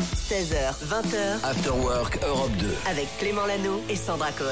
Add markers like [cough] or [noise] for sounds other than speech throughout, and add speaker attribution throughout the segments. Speaker 1: 16h, 20h,
Speaker 2: After Work Europe 2.
Speaker 1: avec Clément Lano et Sandra Cohen.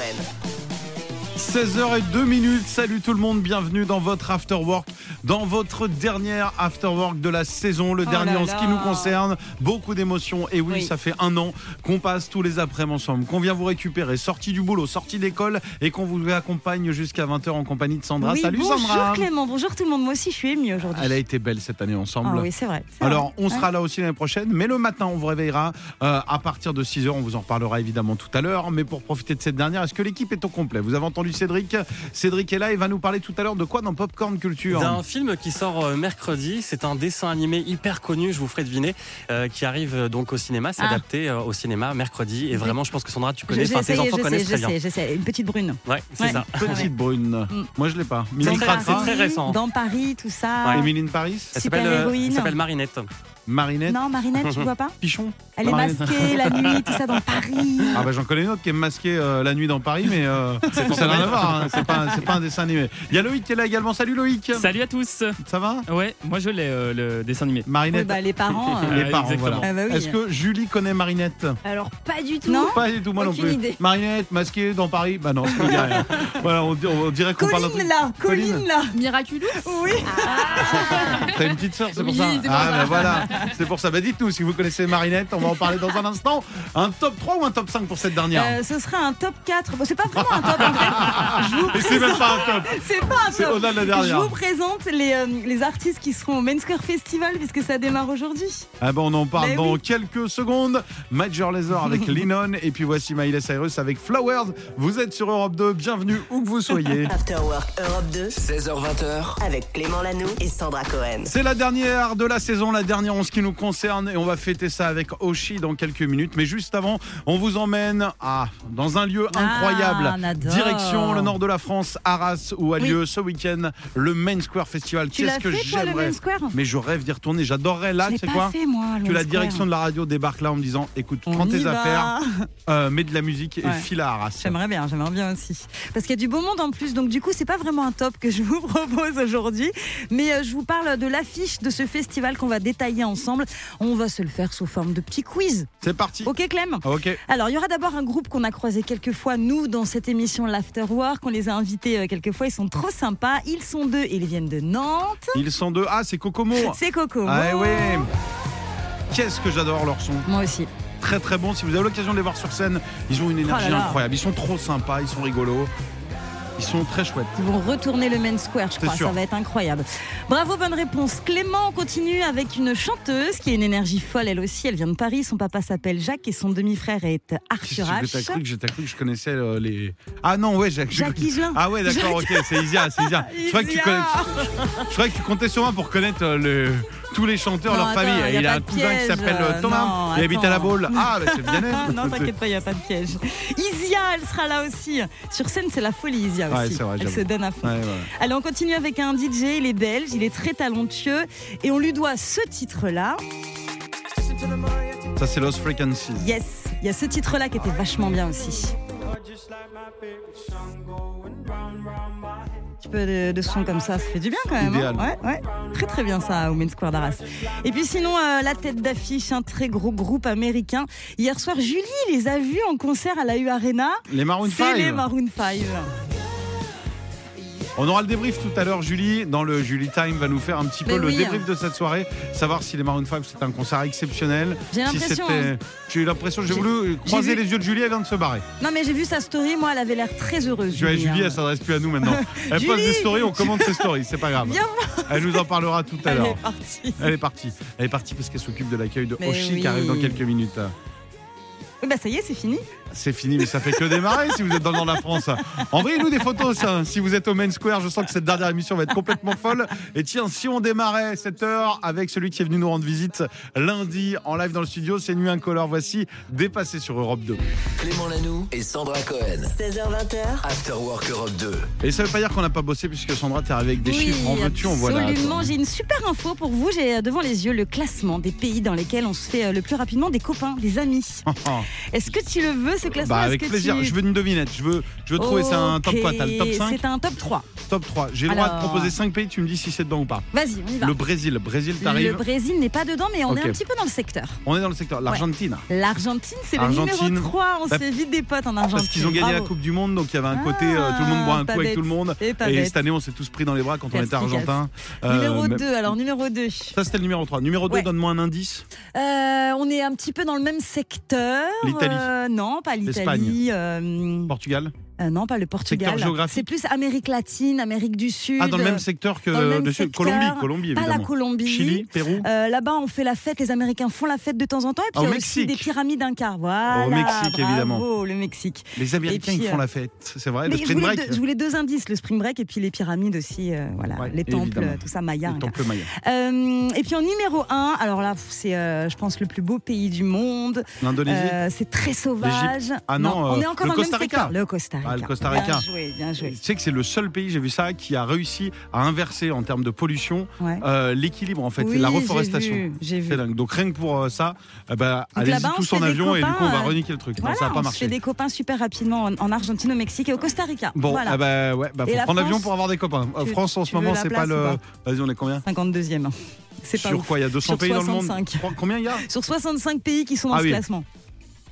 Speaker 3: 16h02 minutes. Salut tout le monde, bienvenue dans votre after work, dans votre dernière after work de la saison, le
Speaker 4: Oh
Speaker 3: dernier
Speaker 4: là
Speaker 3: en ce qui
Speaker 4: là.
Speaker 3: nous concerne. Beaucoup d'émotions et oui,
Speaker 4: Oui.
Speaker 3: ça fait un an qu'on passe tous les après-midi ensemble, qu'on vient vous récupérer, sorti du boulot, sorti d'école et qu'on vous accompagne jusqu'à 20h en compagnie de Sandra.
Speaker 4: Oui,
Speaker 3: Salut
Speaker 4: bonjour
Speaker 3: Sandra.
Speaker 4: Clément, bonjour tout le monde. Moi aussi, je suis émue aujourd'hui.
Speaker 3: Elle a été belle cette année ensemble.
Speaker 4: Ah oui, c'est vrai. c'est
Speaker 3: Alors,
Speaker 4: vrai.
Speaker 3: on sera là aussi l'année prochaine, mais le matin, on vous réveillera euh, à partir de 6h. On vous en reparlera évidemment tout à l'heure. Mais pour profiter de cette dernière, est-ce que l'équipe est au complet Vous avez entendu Cédric Cédric est là et va nous parler tout à l'heure de quoi dans Popcorn Culture
Speaker 5: D'un film qui sort euh, mercredi, c'est un dessin animé hyper connu, je vous ferai deviner, euh, qui arrive euh, donc au cinéma, c'est
Speaker 4: Ah.
Speaker 5: adapté euh, au cinéma mercredi. Et vraiment, je pense que Sandra, tu
Speaker 4: Je-
Speaker 5: connais,
Speaker 4: j'ai
Speaker 5: enfin tes
Speaker 4: essayé,
Speaker 5: enfants
Speaker 4: je
Speaker 5: connaissent
Speaker 4: sais,
Speaker 5: très
Speaker 4: je sais,
Speaker 5: bien.
Speaker 4: je sais. Une petite brune.
Speaker 5: Ouais, c'est
Speaker 4: Ouais.
Speaker 5: ça.
Speaker 3: Petite brune.
Speaker 4: Mm.
Speaker 3: Moi, je l'ai pas. Mylène
Speaker 4: Dans
Speaker 5: très-
Speaker 3: Cracra.
Speaker 5: c'est très récent.
Speaker 4: Dans Paris, tout ça.
Speaker 3: Émiline Paris.
Speaker 5: Elle
Speaker 4: Super
Speaker 5: s'appelle, euh,
Speaker 4: héroïne.
Speaker 5: elle s'appelle Marinette.
Speaker 3: Marinette.
Speaker 4: Non, Marinette, tu vois pas
Speaker 3: Pichon.
Speaker 4: Elle est
Speaker 3: Marinette.
Speaker 4: masquée la nuit, tout ça dans Paris.
Speaker 3: Ah bah j'en connais une autre qui est masquée euh, la nuit dans Paris,
Speaker 6: [laughs]
Speaker 3: mais euh, ça n'a rien à voir. hein. C'est pas, c'est pas un dessin animé. Il y a Loïc qui est là également. Salut Loïc.
Speaker 6: Salut à tous
Speaker 3: Ça va
Speaker 6: Ouais, moi je l'ai euh, le dessin animé.
Speaker 4: Oui,
Speaker 3: Marinette.
Speaker 4: bah, les parents.
Speaker 3: [laughs]
Speaker 4: euh,
Speaker 3: les
Speaker 6: Ah,
Speaker 3: parents,
Speaker 6: exactement.
Speaker 3: voilà.
Speaker 4: Ah bah oui. Oh,
Speaker 3: Est-ce que Julie connaît Marinette
Speaker 7: Alors pas du tout.
Speaker 4: Non
Speaker 3: Pas du tout, moi
Speaker 7: Aucune
Speaker 3: non plus.
Speaker 7: idée.
Speaker 3: Marinette, masquée dans Paris Bah non, il y a
Speaker 4: [laughs]
Speaker 3: rien. Voilà, on, di- on dirait qu'on parle d'un truc.
Speaker 4: Colline là,
Speaker 3: Colline. Ah.
Speaker 4: Colline là.
Speaker 7: Miraculous
Speaker 4: Oui.
Speaker 3: T'as une petite sœur, c'est pour
Speaker 7: Oui,
Speaker 3: ça.
Speaker 7: c'est pour
Speaker 3: ah, bah voilà, c'est pour ça. Bah dites-nous si vous connaissez Marinette, on va en parler dans un instant. Un top 3 ou un top 5 pour cette dernière
Speaker 4: Euh, ce serait un top 4. Bon, c'est pas vraiment un top
Speaker 3: [laughs]
Speaker 4: en fait. Euh, Je vous
Speaker 3: Et c'est
Speaker 4: présente-
Speaker 3: même pas un top.
Speaker 4: C'est pas un
Speaker 3: C'est
Speaker 4: top.
Speaker 3: au-delà de la
Speaker 4: Je
Speaker 3: dernière.
Speaker 4: vous présente les, euh, les artistes qui seront au Main Square Festival puisque ça démarre aujourd'hui.
Speaker 3: Ah ben on en parle
Speaker 4: Mais
Speaker 3: dans
Speaker 4: Bah oui.
Speaker 3: quelques secondes. Major Lazer
Speaker 4: [laughs]
Speaker 3: avec Linon et puis voici Miley Cyrus avec Flowers. Vous êtes sur Europe 2, bienvenue où que vous
Speaker 4: [laughs]
Speaker 3: soyez.
Speaker 1: After Work Europe 2
Speaker 2: 16h20h,
Speaker 1: avec Clément Lano et Sandra Cohen.
Speaker 3: C'est la dernière de la saison, la dernière en ce qui nous concerne et on va fêter ça avec Oshi dans quelques minutes. Mais juste avant, on vous emmène à, dans un lieu incroyable.
Speaker 4: Ah, on adore.
Speaker 3: Direction le nord de la France, Arras, où a lieu ce week-end le Main Square Festival.
Speaker 4: Tu
Speaker 3: Qu'est-ce
Speaker 4: l'as
Speaker 3: que
Speaker 4: fait toi le
Speaker 3: j'aimerais
Speaker 4: Main Square
Speaker 3: Mais je rêve d'y retourner, j'adorerais là,
Speaker 4: Je l'ai
Speaker 3: Ah, tu sais
Speaker 4: pas
Speaker 3: quoi
Speaker 4: fait, moi,
Speaker 3: que la direction de la radio débarque là en me disant écoute, prends tes affaires, Euh, mets de la musique et
Speaker 4: Ouais.
Speaker 3: file à Arras.
Speaker 4: J'aimerais bien, j'aimerais bien aussi. Parce qu'il y a du beau monde en plus, donc du coup, c'est pas vraiment un top que je vous [laughs] propose aujourd'hui. Mais euh, je vous parle de l'affiche de ce festival qu'on va détailler ensemble. On va se le faire sous forme de petit quiz.
Speaker 3: C'est parti.
Speaker 4: Ok, Clem
Speaker 3: Ah, Ok.
Speaker 4: alors, il y aura d'abord un groupe qu'on a croisé quelques fois, nous, dans cette émission L'After Work. On les a invités euh, quelques fois, ils sont trop sympas. Ils sont deux, ils viennent de Nantes.
Speaker 3: Ils sont deux. Ah, c'est Kokomo.
Speaker 4: [laughs] C'est Coco.
Speaker 3: Ah ouais. Qu'est-ce que j'adore leur son.
Speaker 4: Moi aussi.
Speaker 3: Très très bon. Si vous avez l'occasion de les voir sur scène, ils ont une énergie
Speaker 4: Oh là là.
Speaker 3: incroyable. Ils sont trop sympas, ils sont rigolos. Ils sont très chouettes.
Speaker 4: Ils vont retourner le Main Square, je crois.
Speaker 3: sûr.
Speaker 4: Ça va être incroyable. Bravo, bonne réponse. Clément, on continue avec une chanteuse qui a une énergie folle, elle aussi. Elle vient de Paris. Son papa s'appelle Jacques et son demi-frère est Arthur
Speaker 3: Qu'est-ce que t'as
Speaker 4: H.
Speaker 3: cru que j'ai t'as cru que je connaissais euh, les. Ah non, ouais, Jacques.
Speaker 4: Jacques Higelin.
Speaker 3: Ah ouais, d'accord, ok, c'est Isia, c'est
Speaker 4: [laughs]
Speaker 3: Isia. Je croyais que tu
Speaker 4: Isia.
Speaker 3: connais. Je croyais que tu comptais sur moi pour connaître euh, le- tous les chanteurs,
Speaker 4: Non,
Speaker 3: leur
Speaker 4: attends,
Speaker 3: famille.
Speaker 4: y a
Speaker 3: il a
Speaker 4: pas
Speaker 3: un
Speaker 4: de
Speaker 3: cousin qui
Speaker 4: piège,
Speaker 3: s'appelle euh,
Speaker 4: euh,
Speaker 3: Thomas.
Speaker 4: non,
Speaker 3: il habite à la
Speaker 4: attends.
Speaker 3: Baule. Ah, bah, c'est bien.
Speaker 4: Ah,
Speaker 3: elle.
Speaker 4: [laughs] [laughs] non, t'inquiète pas, il n'y a pas de piège. Isia, elle sera là aussi. Sur scène, c'est la folie, Isia
Speaker 3: Ouais,
Speaker 4: aussi.
Speaker 3: c'est vrai,
Speaker 4: elle se
Speaker 3: j'avoue.
Speaker 4: donne à fond.
Speaker 3: Ouais, ouais.
Speaker 4: Allez, on continue avec un DJ, il est belge, il est très talentueux et on lui doit ce titre-là.
Speaker 3: Ça, c'est Lost Frequencies.
Speaker 4: Yes, il y a ce titre-là qui était vachement bien aussi. Un petit peu de, de son comme ça, ça fait du bien quand même. hein.
Speaker 3: Idéal.
Speaker 4: ouais, ouais. Très très bien ça au Main Square d'Arras. Et puis sinon, euh, la tête d'affiche, un très gros groupe américain. Hier soir, Julie les a vus en concert à la U Arena.
Speaker 3: Les Maroon 5.
Speaker 4: C'est les Maroon 5.
Speaker 3: On aura le débrief tout à l'heure, Julie. Dans le Julie Time, va nous faire un petit peu
Speaker 4: Mais
Speaker 3: le
Speaker 4: oui.
Speaker 3: débrief de cette soirée. Savoir si les Maroon 5, c'était un concert exceptionnel.
Speaker 4: J'ai
Speaker 3: Si
Speaker 4: l'impression, hein.
Speaker 3: c'était- J'ai eu l'impression, j'ai
Speaker 4: J'ai-
Speaker 3: voulu croiser
Speaker 4: vu-
Speaker 3: les yeux de Julie, elle vient de se barrer.
Speaker 4: Non mais j'ai vu sa story, moi elle avait l'air très heureuse.
Speaker 3: Tu vois,
Speaker 4: Julie,
Speaker 3: Julie,
Speaker 4: hein.
Speaker 3: elle s'adresse plus à nous
Speaker 4: [laughs]
Speaker 3: maintenant. Elle
Speaker 4: Julie
Speaker 3: pose des stories, on commande ses stories, c'est pas grave.
Speaker 4: Viens
Speaker 3: Elle nous en parlera tout à
Speaker 4: Elle est
Speaker 3: l'heure.
Speaker 4: partie. [laughs]
Speaker 3: Elle est partie. Elle est partie parce qu'elle s'occupe de l'accueil de
Speaker 4: Mais
Speaker 3: Oshi
Speaker 4: oui.
Speaker 3: qui arrive dans quelques minutes.
Speaker 4: Oui, bah ça y est, c'est fini.
Speaker 3: C'est fini, mais ça fait que démarrer si vous êtes dans le nord de la France. Envoyez-nous des photos ça. si vous êtes au Main Square. Je sens que cette dernière émission va être complètement folle. Et tiens, si on démarrait cette heure avec celui qui est venu nous rendre visite lundi en live dans le studio, c'est Nuit Incolore. Voici Dépassé sur Europe 2.
Speaker 2: Clément Lanoux et Sandra Cohen.
Speaker 1: 16h, 20h,
Speaker 2: After Work Europe 2.
Speaker 3: Et ça veut pas dire qu'on n'a pas bossé puisque Sandra, t'es arrivée avec des
Speaker 4: oui,
Speaker 3: chiffres en veux-tu, en voilà.
Speaker 4: Absolument,
Speaker 3: Attends.
Speaker 4: j'ai une super info pour vous. J'ai euh, devant les yeux
Speaker 3: [laughs]
Speaker 4: le classement des pays dans lesquels on se fait euh, le plus rapidement des copains, des amis. Est-ce que tu le veux ce classement
Speaker 3: Bah,
Speaker 4: Est-ce
Speaker 3: avec
Speaker 4: que
Speaker 3: plaisir.
Speaker 4: tu-
Speaker 3: Je veux une devinette. Je veux, je veux trouver. C'est un top quoi T'as le top
Speaker 4: Ok,
Speaker 3: 5
Speaker 4: C'est un top 3.
Speaker 3: Top 3. J'ai le droit de
Speaker 4: Alors.
Speaker 3: proposer 5 pays. Tu me dis si c'est dedans ou pas.
Speaker 4: Vas-y, on y va.
Speaker 3: Le Brésil. Brésil,
Speaker 4: Le
Speaker 3: t'arrives.
Speaker 4: Brésil n'est pas dedans, mais on
Speaker 3: Ok.
Speaker 4: est un petit peu dans le secteur.
Speaker 3: On est dans le secteur. L'Argentine.
Speaker 4: L'Argentine, c'est le
Speaker 3: Argentine.
Speaker 4: numéro 3. On
Speaker 3: Bah,
Speaker 4: s'est vite des potes en Argentine.
Speaker 3: Parce qu'ils ont gagné la
Speaker 4: Bravo.
Speaker 3: Coupe du Monde, donc il y avait un côté
Speaker 4: Ah,
Speaker 3: euh, tout le monde boit un
Speaker 4: pas
Speaker 3: coup avec
Speaker 4: bête.
Speaker 3: tout le monde.
Speaker 4: Et pas bête.
Speaker 3: cette année, on s'est tous pris dans les bras quand on était
Speaker 4: Perspicace.
Speaker 3: argentin. Euh,
Speaker 4: Numéro
Speaker 3: mais-
Speaker 4: 2, alors numéro 2.
Speaker 3: Ça, c'était le numéro 3. Numéro 2,
Speaker 4: Ouais.
Speaker 3: donne-moi un indice.
Speaker 4: Euh, on est un petit peu dans le même secteur.
Speaker 3: L'Italie.
Speaker 4: Euh, non, pas l'Italie.
Speaker 3: L'Espagne.
Speaker 4: euh,
Speaker 3: Portugal.
Speaker 4: euh, non, pas le Portugal.
Speaker 3: géographique.
Speaker 4: C'est plus Amérique latine, Amérique du Sud.
Speaker 3: Ah, dans le même secteur que
Speaker 4: euh, dans le même
Speaker 3: le-
Speaker 4: secteur,
Speaker 3: Colombie. Colombie,
Speaker 4: Pas
Speaker 3: évidemment.
Speaker 4: la Colombie.
Speaker 3: Chili, Pérou.
Speaker 4: Euh, Là-bas, on fait la fête. Les Américains font la fête de temps en temps. Et puis
Speaker 3: Ah,
Speaker 4: il
Speaker 3: au
Speaker 4: y a aussi
Speaker 3: Mexique.
Speaker 4: des pyramides incas. Voilà.
Speaker 3: Au Mexique,
Speaker 4: bravo,
Speaker 3: évidemment.
Speaker 4: Le Mexique.
Speaker 3: Les Américains,
Speaker 4: puis,
Speaker 3: ils font
Speaker 4: euh,
Speaker 3: la fête. C'est vrai,
Speaker 4: Mais
Speaker 3: le
Speaker 4: je
Speaker 3: spring
Speaker 4: voulais,
Speaker 3: break.
Speaker 4: deux, je voulais deux indices, le spring break et puis les pyramides aussi, euh, voilà,
Speaker 3: Ouais,
Speaker 4: les temples,
Speaker 3: évidemment.
Speaker 4: tout ça, Maya.
Speaker 3: Le temple Maya.
Speaker 4: Euh, et puis en numéro 1, alors là, pff, c'est, euh, je pense, le plus beau pays du monde.
Speaker 3: L'Indonésie.
Speaker 4: Euh, c'est très sauvage.
Speaker 3: Ah non, euh,
Speaker 4: on est encore
Speaker 3: le
Speaker 4: dans le
Speaker 3: Costa
Speaker 4: même
Speaker 3: Rica.
Speaker 4: secteur. Le Costa Rica.
Speaker 3: Ah, le Costa Rica.
Speaker 4: Bien joué, bien
Speaker 3: Tu
Speaker 4: joué.
Speaker 3: sais que c'est le seul pays, j'ai vu ça, qui a réussi à inverser en termes de pollution
Speaker 4: Ouais.
Speaker 3: euh, l'équilibre en fait,
Speaker 4: Oui,
Speaker 3: et la
Speaker 4: j'ai
Speaker 3: reforestation.
Speaker 4: vu, J'ai vu.
Speaker 3: C'est dingue. Donc rien que pour euh, ça, euh, bah,
Speaker 4: Donc
Speaker 3: allez-y
Speaker 4: là-bas, on
Speaker 3: tous
Speaker 4: se
Speaker 3: en
Speaker 4: fait des
Speaker 3: avion et du coup on va
Speaker 4: copains, euh,
Speaker 3: reniquer le truc. Non,
Speaker 4: Voilà,
Speaker 3: ça n'a pas
Speaker 4: on se fait
Speaker 3: marché.
Speaker 4: des copains super rapidement en, en Argentine, au Mexique et au Costa Rica.
Speaker 3: Bon,
Speaker 4: voilà.
Speaker 3: ah bah ouais, bah,
Speaker 4: Et
Speaker 3: faut
Speaker 4: la
Speaker 3: prendre l'avion
Speaker 4: France
Speaker 3: pour avoir des copains. Euh,
Speaker 4: Tu-
Speaker 3: France en
Speaker 4: tu
Speaker 3: ce moment,
Speaker 4: veux la
Speaker 3: c'est pas
Speaker 4: place
Speaker 3: le.
Speaker 4: ou
Speaker 3: Vas-y, on est combien
Speaker 4: 52e. C'est pas
Speaker 3: Sur
Speaker 4: ouf.
Speaker 3: quoi Il y a 200
Speaker 4: Sur
Speaker 3: pays dans le monde
Speaker 4: 65.
Speaker 3: Trois- Combien il y a
Speaker 4: Sur 65 pays qui sont dans
Speaker 3: Ah
Speaker 4: ce
Speaker 3: oui.
Speaker 4: classement.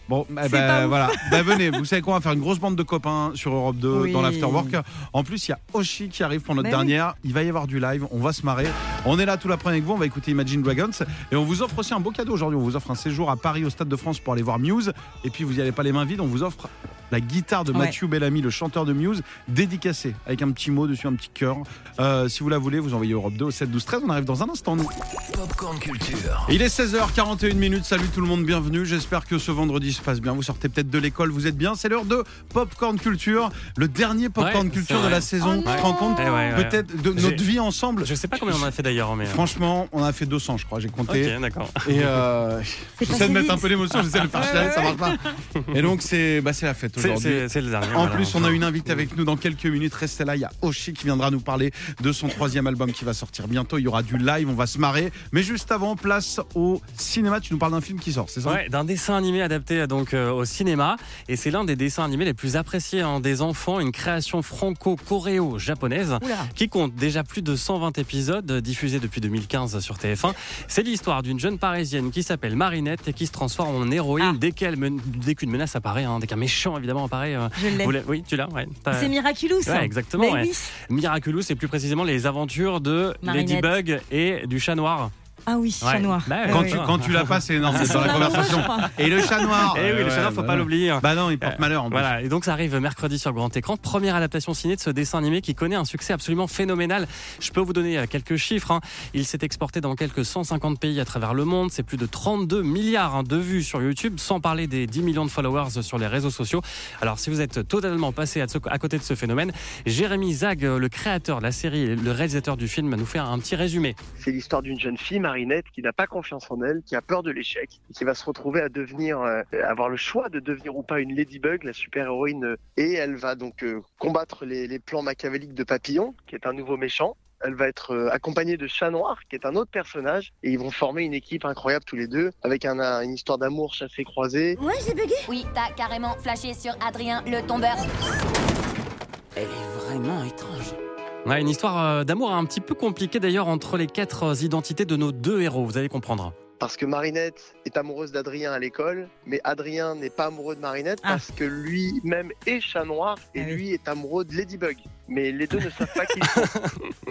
Speaker 3: Bon, eh
Speaker 4: C'est
Speaker 3: ben,
Speaker 4: pas ouf. [laughs]
Speaker 3: voilà. Ben, venez, vous savez quoi On va faire une grosse bande de copains sur Europe 2
Speaker 4: Oui.
Speaker 3: dans l'Afterwork. En plus, il y a Oshi qui arrive pour notre
Speaker 4: Mais oui.
Speaker 3: dernière. Il va y avoir du live, on va se marrer. On est là tout l'après-midi avec vous, on va écouter Imagine Dragons. Et on vous offre aussi un beau cadeau aujourd'hui. On vous offre un séjour à Paris au Stade de France pour aller voir Muse. Et puis, vous n'y allez pas les mains vides, on vous offre la guitare de
Speaker 4: Ouais.
Speaker 3: Mathieu Bellamy, le chanteur de Muse, dédicacée avec un petit mot dessus, un petit cœur. Euh, si vous la voulez, vous envoyez Europe 2 au 7 12 13. On arrive dans un instant, nous.
Speaker 2: Popcorn Culture.
Speaker 3: Il est 16h41 minutes. Salut tout le monde, bienvenue. J'espère que ce vendredi se passe bien. Vous sortez peut-être de l'école, vous êtes bien. C'est l'heure de Popcorn Culture, le dernier Popcorn
Speaker 5: Ouais,
Speaker 3: Culture
Speaker 5: c'est
Speaker 3: de
Speaker 5: vrai.
Speaker 3: la saison. tu te
Speaker 4: Oh non.
Speaker 3: rends compte
Speaker 5: Eh ouais, ouais.
Speaker 3: Peut-être de
Speaker 5: J'ai-
Speaker 3: notre vie ensemble.
Speaker 5: Je sais pas combien on en a fait d'ailleurs, mais. euh,
Speaker 3: Franchement, on a fait 200, je crois. J'ai
Speaker 5: Ok,
Speaker 3: compté.
Speaker 5: d'accord. [laughs]
Speaker 3: Et euh,
Speaker 4: Bah, C'est
Speaker 3: j'essaie
Speaker 4: passé
Speaker 3: de mettre un
Speaker 4: vite.
Speaker 3: peu l'émotion, j'essaie de le faire chialer, ça marche pas. Et donc c'est bah, c'est la fête
Speaker 5: C'est-
Speaker 3: aujourd'hui.
Speaker 5: C'est c'est le dernier.
Speaker 3: En
Speaker 5: voilà.
Speaker 3: plus, on a une invitée avec nous dans quelques minutes. Restez là, il y a Oshi qui viendra nous parler de son troisième album qui va sortir bientôt. Il y aura du live, on va se marrer. Mais juste avant, place au cinéma. Tu nous parles d'un film qui sort, c'est ça
Speaker 5: Ouais, d'un dessin animé adapté euh, donc euh, au cinéma et c'est l'un des dessins animés les plus appréciés hein, des enfants, une création franco-coréo-japonaise
Speaker 4: Oula.
Speaker 5: qui compte déjà plus de 120 épisodes euh, diffusés depuis 2015 sur TF1. C'est l'histoire d'une jeune parisienne qui s'appelle Marinette et qui se transforme en héroïne
Speaker 4: Ah.
Speaker 5: dès qu'elle men- dès qu'une menace apparaît, hein, dès qu'un méchant évidemment apparaît. euh,
Speaker 4: Je l'ai.
Speaker 5: vous l'avez- oui, tu l'as. Ouais,
Speaker 3: euh,
Speaker 5: t'as-
Speaker 4: C'est Miraculous.
Speaker 5: Ouais, exactement,
Speaker 4: Mais
Speaker 5: ouais.
Speaker 4: oui.
Speaker 5: Miraculous, c'est plus précisément les aventures de
Speaker 4: Marinette.
Speaker 5: Ladybug et du chat noir.
Speaker 4: Ah oui,
Speaker 5: Ouais.
Speaker 4: chat noir.
Speaker 5: Bah ouais.
Speaker 4: Ouais,
Speaker 3: quand,
Speaker 4: ouais.
Speaker 3: tu, quand tu l'as pas, c'est énorme,
Speaker 4: Ah,
Speaker 3: c'est
Speaker 4: c'est
Speaker 3: dans la
Speaker 4: sur la
Speaker 3: conversation.
Speaker 4: roche, je crois.
Speaker 3: Et le chat noir
Speaker 5: Eh oui, le
Speaker 3: Ouais,
Speaker 5: chat noir, faut
Speaker 3: bah
Speaker 5: pas
Speaker 3: non.
Speaker 5: l'oublier. hein.
Speaker 3: Bah non, il porte malheur en plus.
Speaker 5: Voilà, et donc ça arrive mercredi sur grand écran. Première adaptation ciné de ce dessin animé qui connaît un succès absolument phénoménal. Je peux vous donner euh, quelques chiffres. hein. Il s'est exporté dans quelques 150 pays à travers le monde. C'est plus de 32 milliards hein, de vues sur YouTube, sans parler des 10 millions de followers sur les réseaux sociaux. Alors si vous êtes totalement passé à, ce- à côté de ce phénomène, Jérémy Zag, euh, le créateur de la série et le réalisateur du film, va nous faire un petit résumé.
Speaker 7: C'est l'histoire d'une jeune fille, Marinette, qui n'a pas confiance en elle, qui a peur de l'échec, et qui va se retrouver à devenir, euh, à avoir le choix de devenir ou pas une Ladybug, la super-héroïne, euh, et elle va donc euh, combattre les, les plans machiavéliques de Papillon, qui est un nouveau méchant. Elle va être euh, accompagnée de Chat Noir, qui est un autre personnage, et ils vont former une équipe incroyable tous les deux, avec un- un- une histoire d'amour chassé-croisé,
Speaker 8: Ouais, j'ai bugué.
Speaker 9: Oui, t'as carrément flashé sur Adrien le tombeur.
Speaker 10: Elle est vraiment étrange.
Speaker 5: Ouais, une histoire euh, d'amour un petit peu compliquée d'ailleurs entre les quatre euh, identités de nos deux héros, vous allez comprendre.
Speaker 7: Parce que Marinette est amoureuse d'Adrien à l'école, mais Adrien n'est pas amoureux de Marinette
Speaker 4: Ah.
Speaker 7: parce que lui-même est chat noir et
Speaker 4: Ah oui.
Speaker 7: lui est amoureux de Ladybug. Mais les deux ne savent pas qui ils
Speaker 4: [laughs]
Speaker 7: sont.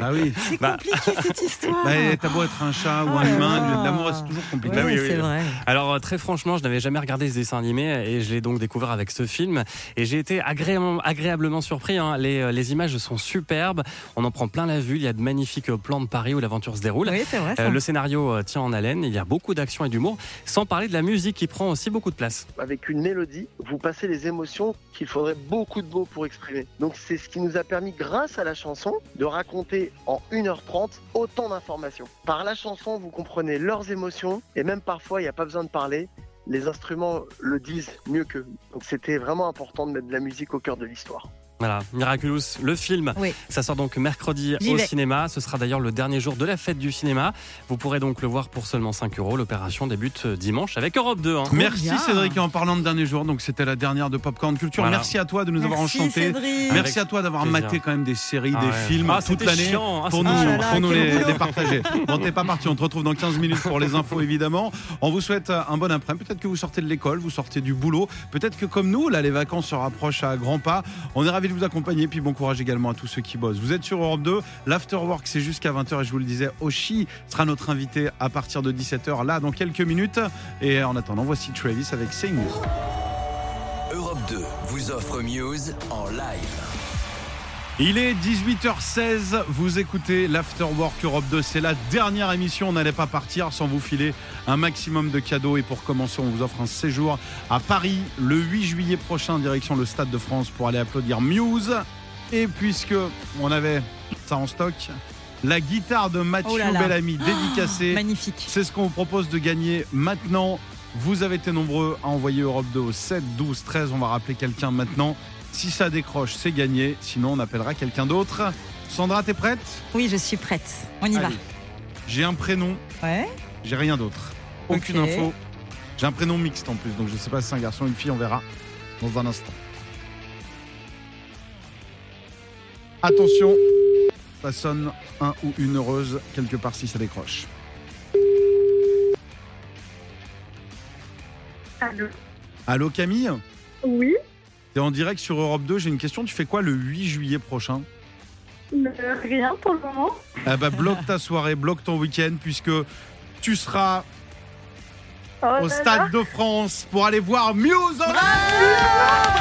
Speaker 3: Ah oui.
Speaker 4: C'est
Speaker 5: Bah.
Speaker 4: compliqué cette histoire.
Speaker 3: Bah, t'as beau être un chat ou
Speaker 4: Oh
Speaker 3: un
Speaker 4: là
Speaker 3: humain,
Speaker 4: là.
Speaker 3: l'amour c'est toujours compliqué.
Speaker 5: Ah Bah oui,
Speaker 4: Ouais,
Speaker 5: oui,
Speaker 4: c'est
Speaker 5: oui.
Speaker 4: vrai.
Speaker 5: Alors euh, très franchement, je n'avais jamais regardé ce dessin animé et je l'ai donc découvert avec ce film et j'ai été agréablement, agréablement surpris. hein. Les, euh, les images sont superbes, on en prend plein la vue, il y a de magnifiques euh, plans de Paris où l'aventure se déroule.
Speaker 4: Oui, c'est vrai. ça.
Speaker 5: Euh, le scénario euh, tient en haleine, il y a beaucoup d'action et d'humour, sans parler de la musique qui prend aussi beaucoup de place.
Speaker 7: Avec une mélodie, vous passez les émotions qu'il faudrait beaucoup de mots pour exprimer. Donc c'est ce qui nous a permis, grâce à la chanson, de raconter en 1h30 autant d'informations. Par la chanson, vous comprenez leurs émotions et même parfois, il n'y a pas besoin de parler. Les instruments le disent mieux qu'eux. Donc c'était vraiment important de mettre de la musique au cœur de l'histoire.
Speaker 5: Voilà, Miraculous, le film.
Speaker 4: Oui.
Speaker 5: Ça sort donc mercredi
Speaker 4: J'y
Speaker 5: au
Speaker 4: vais.
Speaker 5: cinéma. Ce sera d'ailleurs le dernier jour de la fête du cinéma. Vous pourrez donc le voir pour seulement 5 euros. L'opération débute euh, dimanche avec Europe 2. hein.
Speaker 3: Merci
Speaker 4: bien.
Speaker 3: Cédric. Et en parlant de dernier jour, donc c'était la dernière de Popcorn Culture.
Speaker 5: Voilà.
Speaker 3: Merci à toi de nous avoir
Speaker 4: Merci,
Speaker 3: enchantés.
Speaker 4: Cédric.
Speaker 3: Merci à toi d'avoir
Speaker 5: plaisir.
Speaker 3: maté quand même des séries,
Speaker 5: Ah
Speaker 3: des
Speaker 5: ouais.
Speaker 3: films
Speaker 5: Ah,
Speaker 3: toute
Speaker 5: c'était
Speaker 3: l'année
Speaker 5: chiant, ah,
Speaker 3: pour nous,
Speaker 5: c'était
Speaker 4: chiant.
Speaker 3: pour nous
Speaker 4: hein, Ah là là,
Speaker 3: les
Speaker 4: quel boulot.
Speaker 3: départager. Bon, t'es pas parti, on te retrouve dans 15 minutes pour les infos évidemment. On vous souhaite un bon après-midi. Peut-être que vous sortez de l'école, vous sortez du boulot. Peut-être que comme nous, là, les vacances se rapprochent à grands pas. On est ravis de vous accompagner. Puis bon courage également à tous ceux qui bossent. Vous êtes sur Europe 2. L'Afterwork, c'est jusqu'à 20h. Et je vous le disais, Oshi sera notre invité à partir de 17h, là, dans quelques minutes. Et en attendant, voici Travis avec Sing.
Speaker 2: Europe 2 vous offre Muse en live.
Speaker 3: Il est 18h16, vous écoutez l'Afterwork Europe 2, c'est la dernière émission, on n'allait pas partir sans vous filer un maximum de cadeaux et pour commencer on vous offre un séjour à Paris le 8 juillet prochain direction le Stade de France pour aller applaudir Muse et puisque on avait ça en stock, la guitare de Mathieu
Speaker 4: Oh là Ah, là.
Speaker 3: Bellamy dédicacée
Speaker 4: Magnifique.
Speaker 3: c'est ce qu'on vous propose de gagner maintenant. Vous avez été nombreux à envoyer Europe 2 au 7, 12, 13. On va rappeler quelqu'un maintenant. Si ça décroche, c'est gagné. Sinon, on appellera quelqu'un d'autre. Sandra, t'es prête
Speaker 4: Oui, je suis prête. On y
Speaker 3: Allez. J'ai un prénom,
Speaker 4: va. Ouais.
Speaker 3: j'ai rien d'autre. Aucune
Speaker 4: Ok.
Speaker 3: info. J'ai un prénom mixte en plus, donc je sais pas si c'est un garçon ou une fille, on verra dans un instant. Attention, ça sonne un ou une heureuse quelque part si ça décroche.
Speaker 8: Allô
Speaker 3: Allô Camille
Speaker 8: Oui,
Speaker 3: T'es en direct sur Europe 2, j'ai une question. Tu fais quoi le 8 juillet prochain
Speaker 8: euh, rien pour le moment.
Speaker 3: Ah bah bloque ta soirée, bloque ton week-end, puisque tu seras
Speaker 8: Oh là
Speaker 3: au
Speaker 8: là.
Speaker 3: Stade de France pour aller voir Muse en live.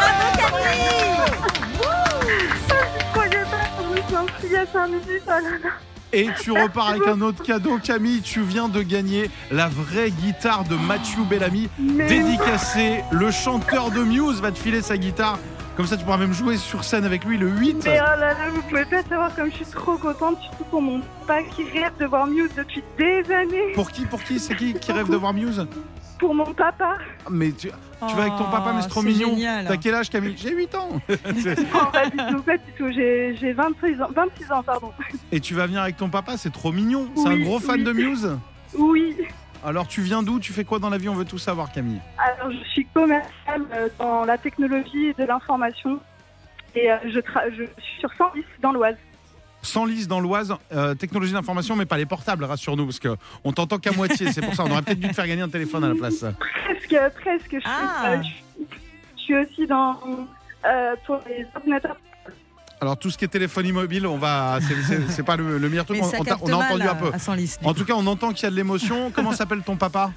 Speaker 8: Je croyais pas qu'on est sorti il y a 5 minutes. Oh là là.
Speaker 3: Et tu repars avec un autre cadeau, Camille. Tu viens de gagner la vraie guitare de Mathieu Bellamy,
Speaker 8: Mais
Speaker 3: dédicacée. Le chanteur de Muse va te filer sa guitare. Comme ça, tu pourras même jouer sur scène avec lui le 8.
Speaker 8: Mais oh là là, vous pouvez pas savoir comme je suis trop contente, surtout pour mon papa qui rêve de voir Muse depuis des années.
Speaker 3: Pour qui Pour qui C'est qui qui rêve de voir Muse
Speaker 8: Pour
Speaker 3: [laughs]
Speaker 8: mon papa.
Speaker 3: Mais tu, tu vas avec ton papa, mais c'est
Speaker 4: Oh,
Speaker 3: trop mignon. T'as quel âge, Camille J'ai 8 ans.
Speaker 8: Oh, pas du tout, pas du tout. J'ai j'ai 26 ans, 26 ans, pardon.
Speaker 3: Et tu vas venir avec ton papa, c'est trop mignon. C'est un
Speaker 8: Oui,
Speaker 3: gros fan
Speaker 8: oui.
Speaker 3: de Muse.
Speaker 8: Oui,
Speaker 3: Alors tu viens d'où Tu fais quoi dans la vie On veut tout savoir, Camille.
Speaker 8: alors je suis commerciale euh, dans la technologie et de l'information. Et euh, je, tra- je suis sur 110 dans l'Oise.
Speaker 3: Sans lise dans l'Oise, euh, technologie d'information, mais pas les portables, rassure-nous, parce que on t'entend qu'à moitié. C'est pour ça, on aurait peut-être dû te faire gagner un téléphone à la place.
Speaker 8: Presque, presque. Je, suis-
Speaker 4: Ah.
Speaker 8: euh, je suis- je suis aussi dans euh, pour les ordinateurs.
Speaker 3: Alors tout ce qui est téléphone immobile, on va, c'est- c'est c'est pas le, le meilleur truc.
Speaker 4: Mais
Speaker 3: On,
Speaker 4: ça
Speaker 3: on t'a-
Speaker 4: capte
Speaker 3: on a
Speaker 4: mal
Speaker 3: entendu
Speaker 4: à,
Speaker 3: un peu.
Speaker 4: à son liste.
Speaker 3: En tout cas, on entend qu'il y a de l'émotion. Comment s'appelle ton papa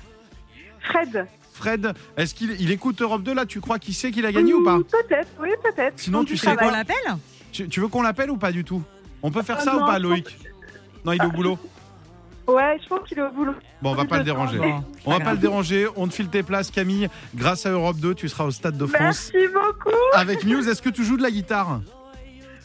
Speaker 8: Fred.
Speaker 3: Fred, est-ce qu'il il écoute Europe 2 là Tu crois qu'il sait qu'il a gagné ou pas
Speaker 8: Mmh, Peut-être, oui, peut-être.
Speaker 3: Sinon,
Speaker 8: Bon,
Speaker 3: tu
Speaker 8: du
Speaker 3: sais
Speaker 4: on
Speaker 8: travail.
Speaker 3: quoi
Speaker 4: l'appelle
Speaker 3: tu, tu veux qu'on l'appelle ou pas du tout On peut faire
Speaker 8: Ah,
Speaker 3: ça ou
Speaker 8: non,
Speaker 3: pas,
Speaker 8: je pense-
Speaker 3: Loïc Non, il est au boulot.
Speaker 8: Ouais, je pense qu'il est au boulot.
Speaker 3: Bon, on va pas le déranger.
Speaker 4: Bon,
Speaker 3: On va pas le déranger, on te file tes places Camille, grâce à Europe 2 tu seras au Stade de France.
Speaker 8: Merci beaucoup.
Speaker 3: Avec Muse, est-ce que tu joues de la guitare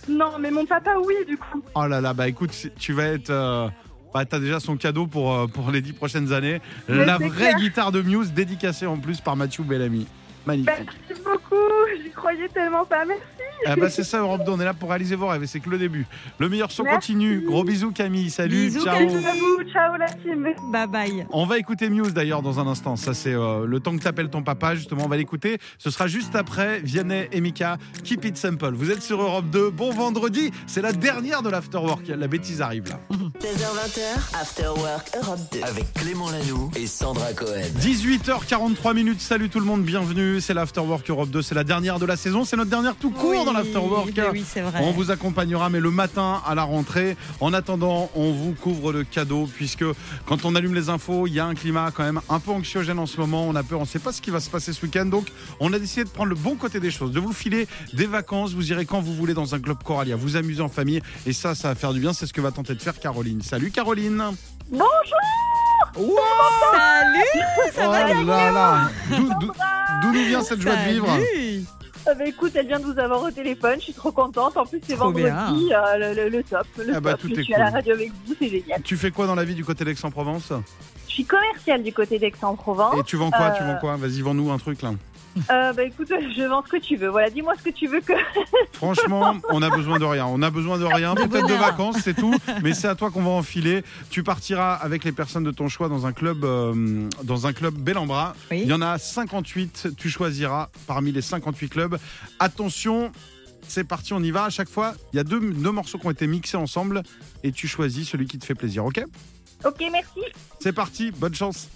Speaker 8: Non, mais mon papa, oui, du coup.
Speaker 3: Oh là là, bah écoute, si- tu vas être... euh, bah t'as déjà son cadeau pour, euh, pour les dix prochaines années.
Speaker 8: Mais
Speaker 3: la
Speaker 8: c'est
Speaker 3: vraie
Speaker 8: clair.
Speaker 3: guitare de Muse dédicacée en plus par Mathieu Bellamy. Magnifique.
Speaker 8: Merci beaucoup. J'y croyais tellement pas. Merci.
Speaker 3: Ah bah c'est ça Europe 2, on est là pour réaliser vos rêves et c'est que le début. Le meilleur son
Speaker 8: Merci.
Speaker 3: continue. Gros bisous Camille, salut,
Speaker 4: Bisous,
Speaker 3: ciao.
Speaker 4: Camille.
Speaker 8: À vous. Ciao, la team.
Speaker 4: Bye bye.
Speaker 3: On va écouter Muse d'ailleurs dans un instant. Ça, c'est euh, le temps que t'appelles ton papa. Justement, on va l'écouter. Ce sera juste après Vianney et Mika. Keep it simple. Vous êtes sur Europe 2. Bon vendredi. C'est la dernière de l'Afterwork. La bêtise arrive là.
Speaker 1: 16h20, After Work Europe 2.
Speaker 2: Avec Clément Lanoux et Sandra Cohen.
Speaker 3: 18h43 minutes. Salut tout le monde. Bienvenue. C'est l'Afterwork Europe 2. C'est la dernière de la saison. C'est notre dernière tout court
Speaker 4: Oui,
Speaker 3: dans l'Afterwork.
Speaker 4: mais Oui, c'est vrai.
Speaker 3: On vous accompagnera, mais le matin à la rentrée. En attendant, on vous couvre le cadeau, puisque quand on allume les infos, il y a un climat quand même un peu anxiogène en ce moment. On a peur, on ne sait pas ce qui va se passer ce week-end. Donc, on a décidé de prendre le bon côté des choses, de vous filer des vacances. Vous irez quand vous voulez dans un club Coralia, vous amuser en famille. Et ça, ça va faire du bien. C'est ce que va tenter de faire Caroline. Salut Caroline.
Speaker 8: Bonjour.
Speaker 4: Salut
Speaker 3: Oh là là. D'où- d'où- D'où nous vient cette joie de vivre
Speaker 4: Salut.
Speaker 8: Ah bah, écoute, elle vient de vous avoir au téléphone. Je suis trop contente. En plus, c'est
Speaker 4: Trop
Speaker 8: vendredi.
Speaker 4: bien.
Speaker 8: euh, le, le- le top. Le
Speaker 3: Ah bah,
Speaker 8: top.
Speaker 3: tout
Speaker 8: je
Speaker 3: est
Speaker 8: suis à la
Speaker 3: cool.
Speaker 8: radio avec vous. C'est génial.
Speaker 3: Tu fais quoi dans la vie du côté d'Aix-en-Provence
Speaker 8: Je suis commerciale du côté d'Aix-en-Provence.
Speaker 3: Et tu vends quoi
Speaker 8: Euh,
Speaker 3: Tu vends quoi Vas-y, vends-nous un truc là.
Speaker 8: Euh, bah écoute, [laughs] je vends ce que tu veux. Voilà, dis-moi ce que tu veux que. [laughs]
Speaker 3: Franchement, on a besoin de rien. On a besoin de rien.
Speaker 4: De
Speaker 3: Peut-être de
Speaker 4: bonheur.
Speaker 3: vacances, c'est tout. Mais c'est à toi qu'on va enfiler. Tu partiras avec les personnes de ton choix dans un club, euh, dans un club bel en bras.
Speaker 4: Oui.
Speaker 3: Il y en a 58. Tu choisiras parmi les 58 clubs. Attention. C'est parti, on y va. À chaque fois, il y a deux, deux morceaux qui ont été mixés ensemble et tu choisis celui qui te fait plaisir, ok
Speaker 8: Ok, merci.
Speaker 3: C'est parti, bonne chance.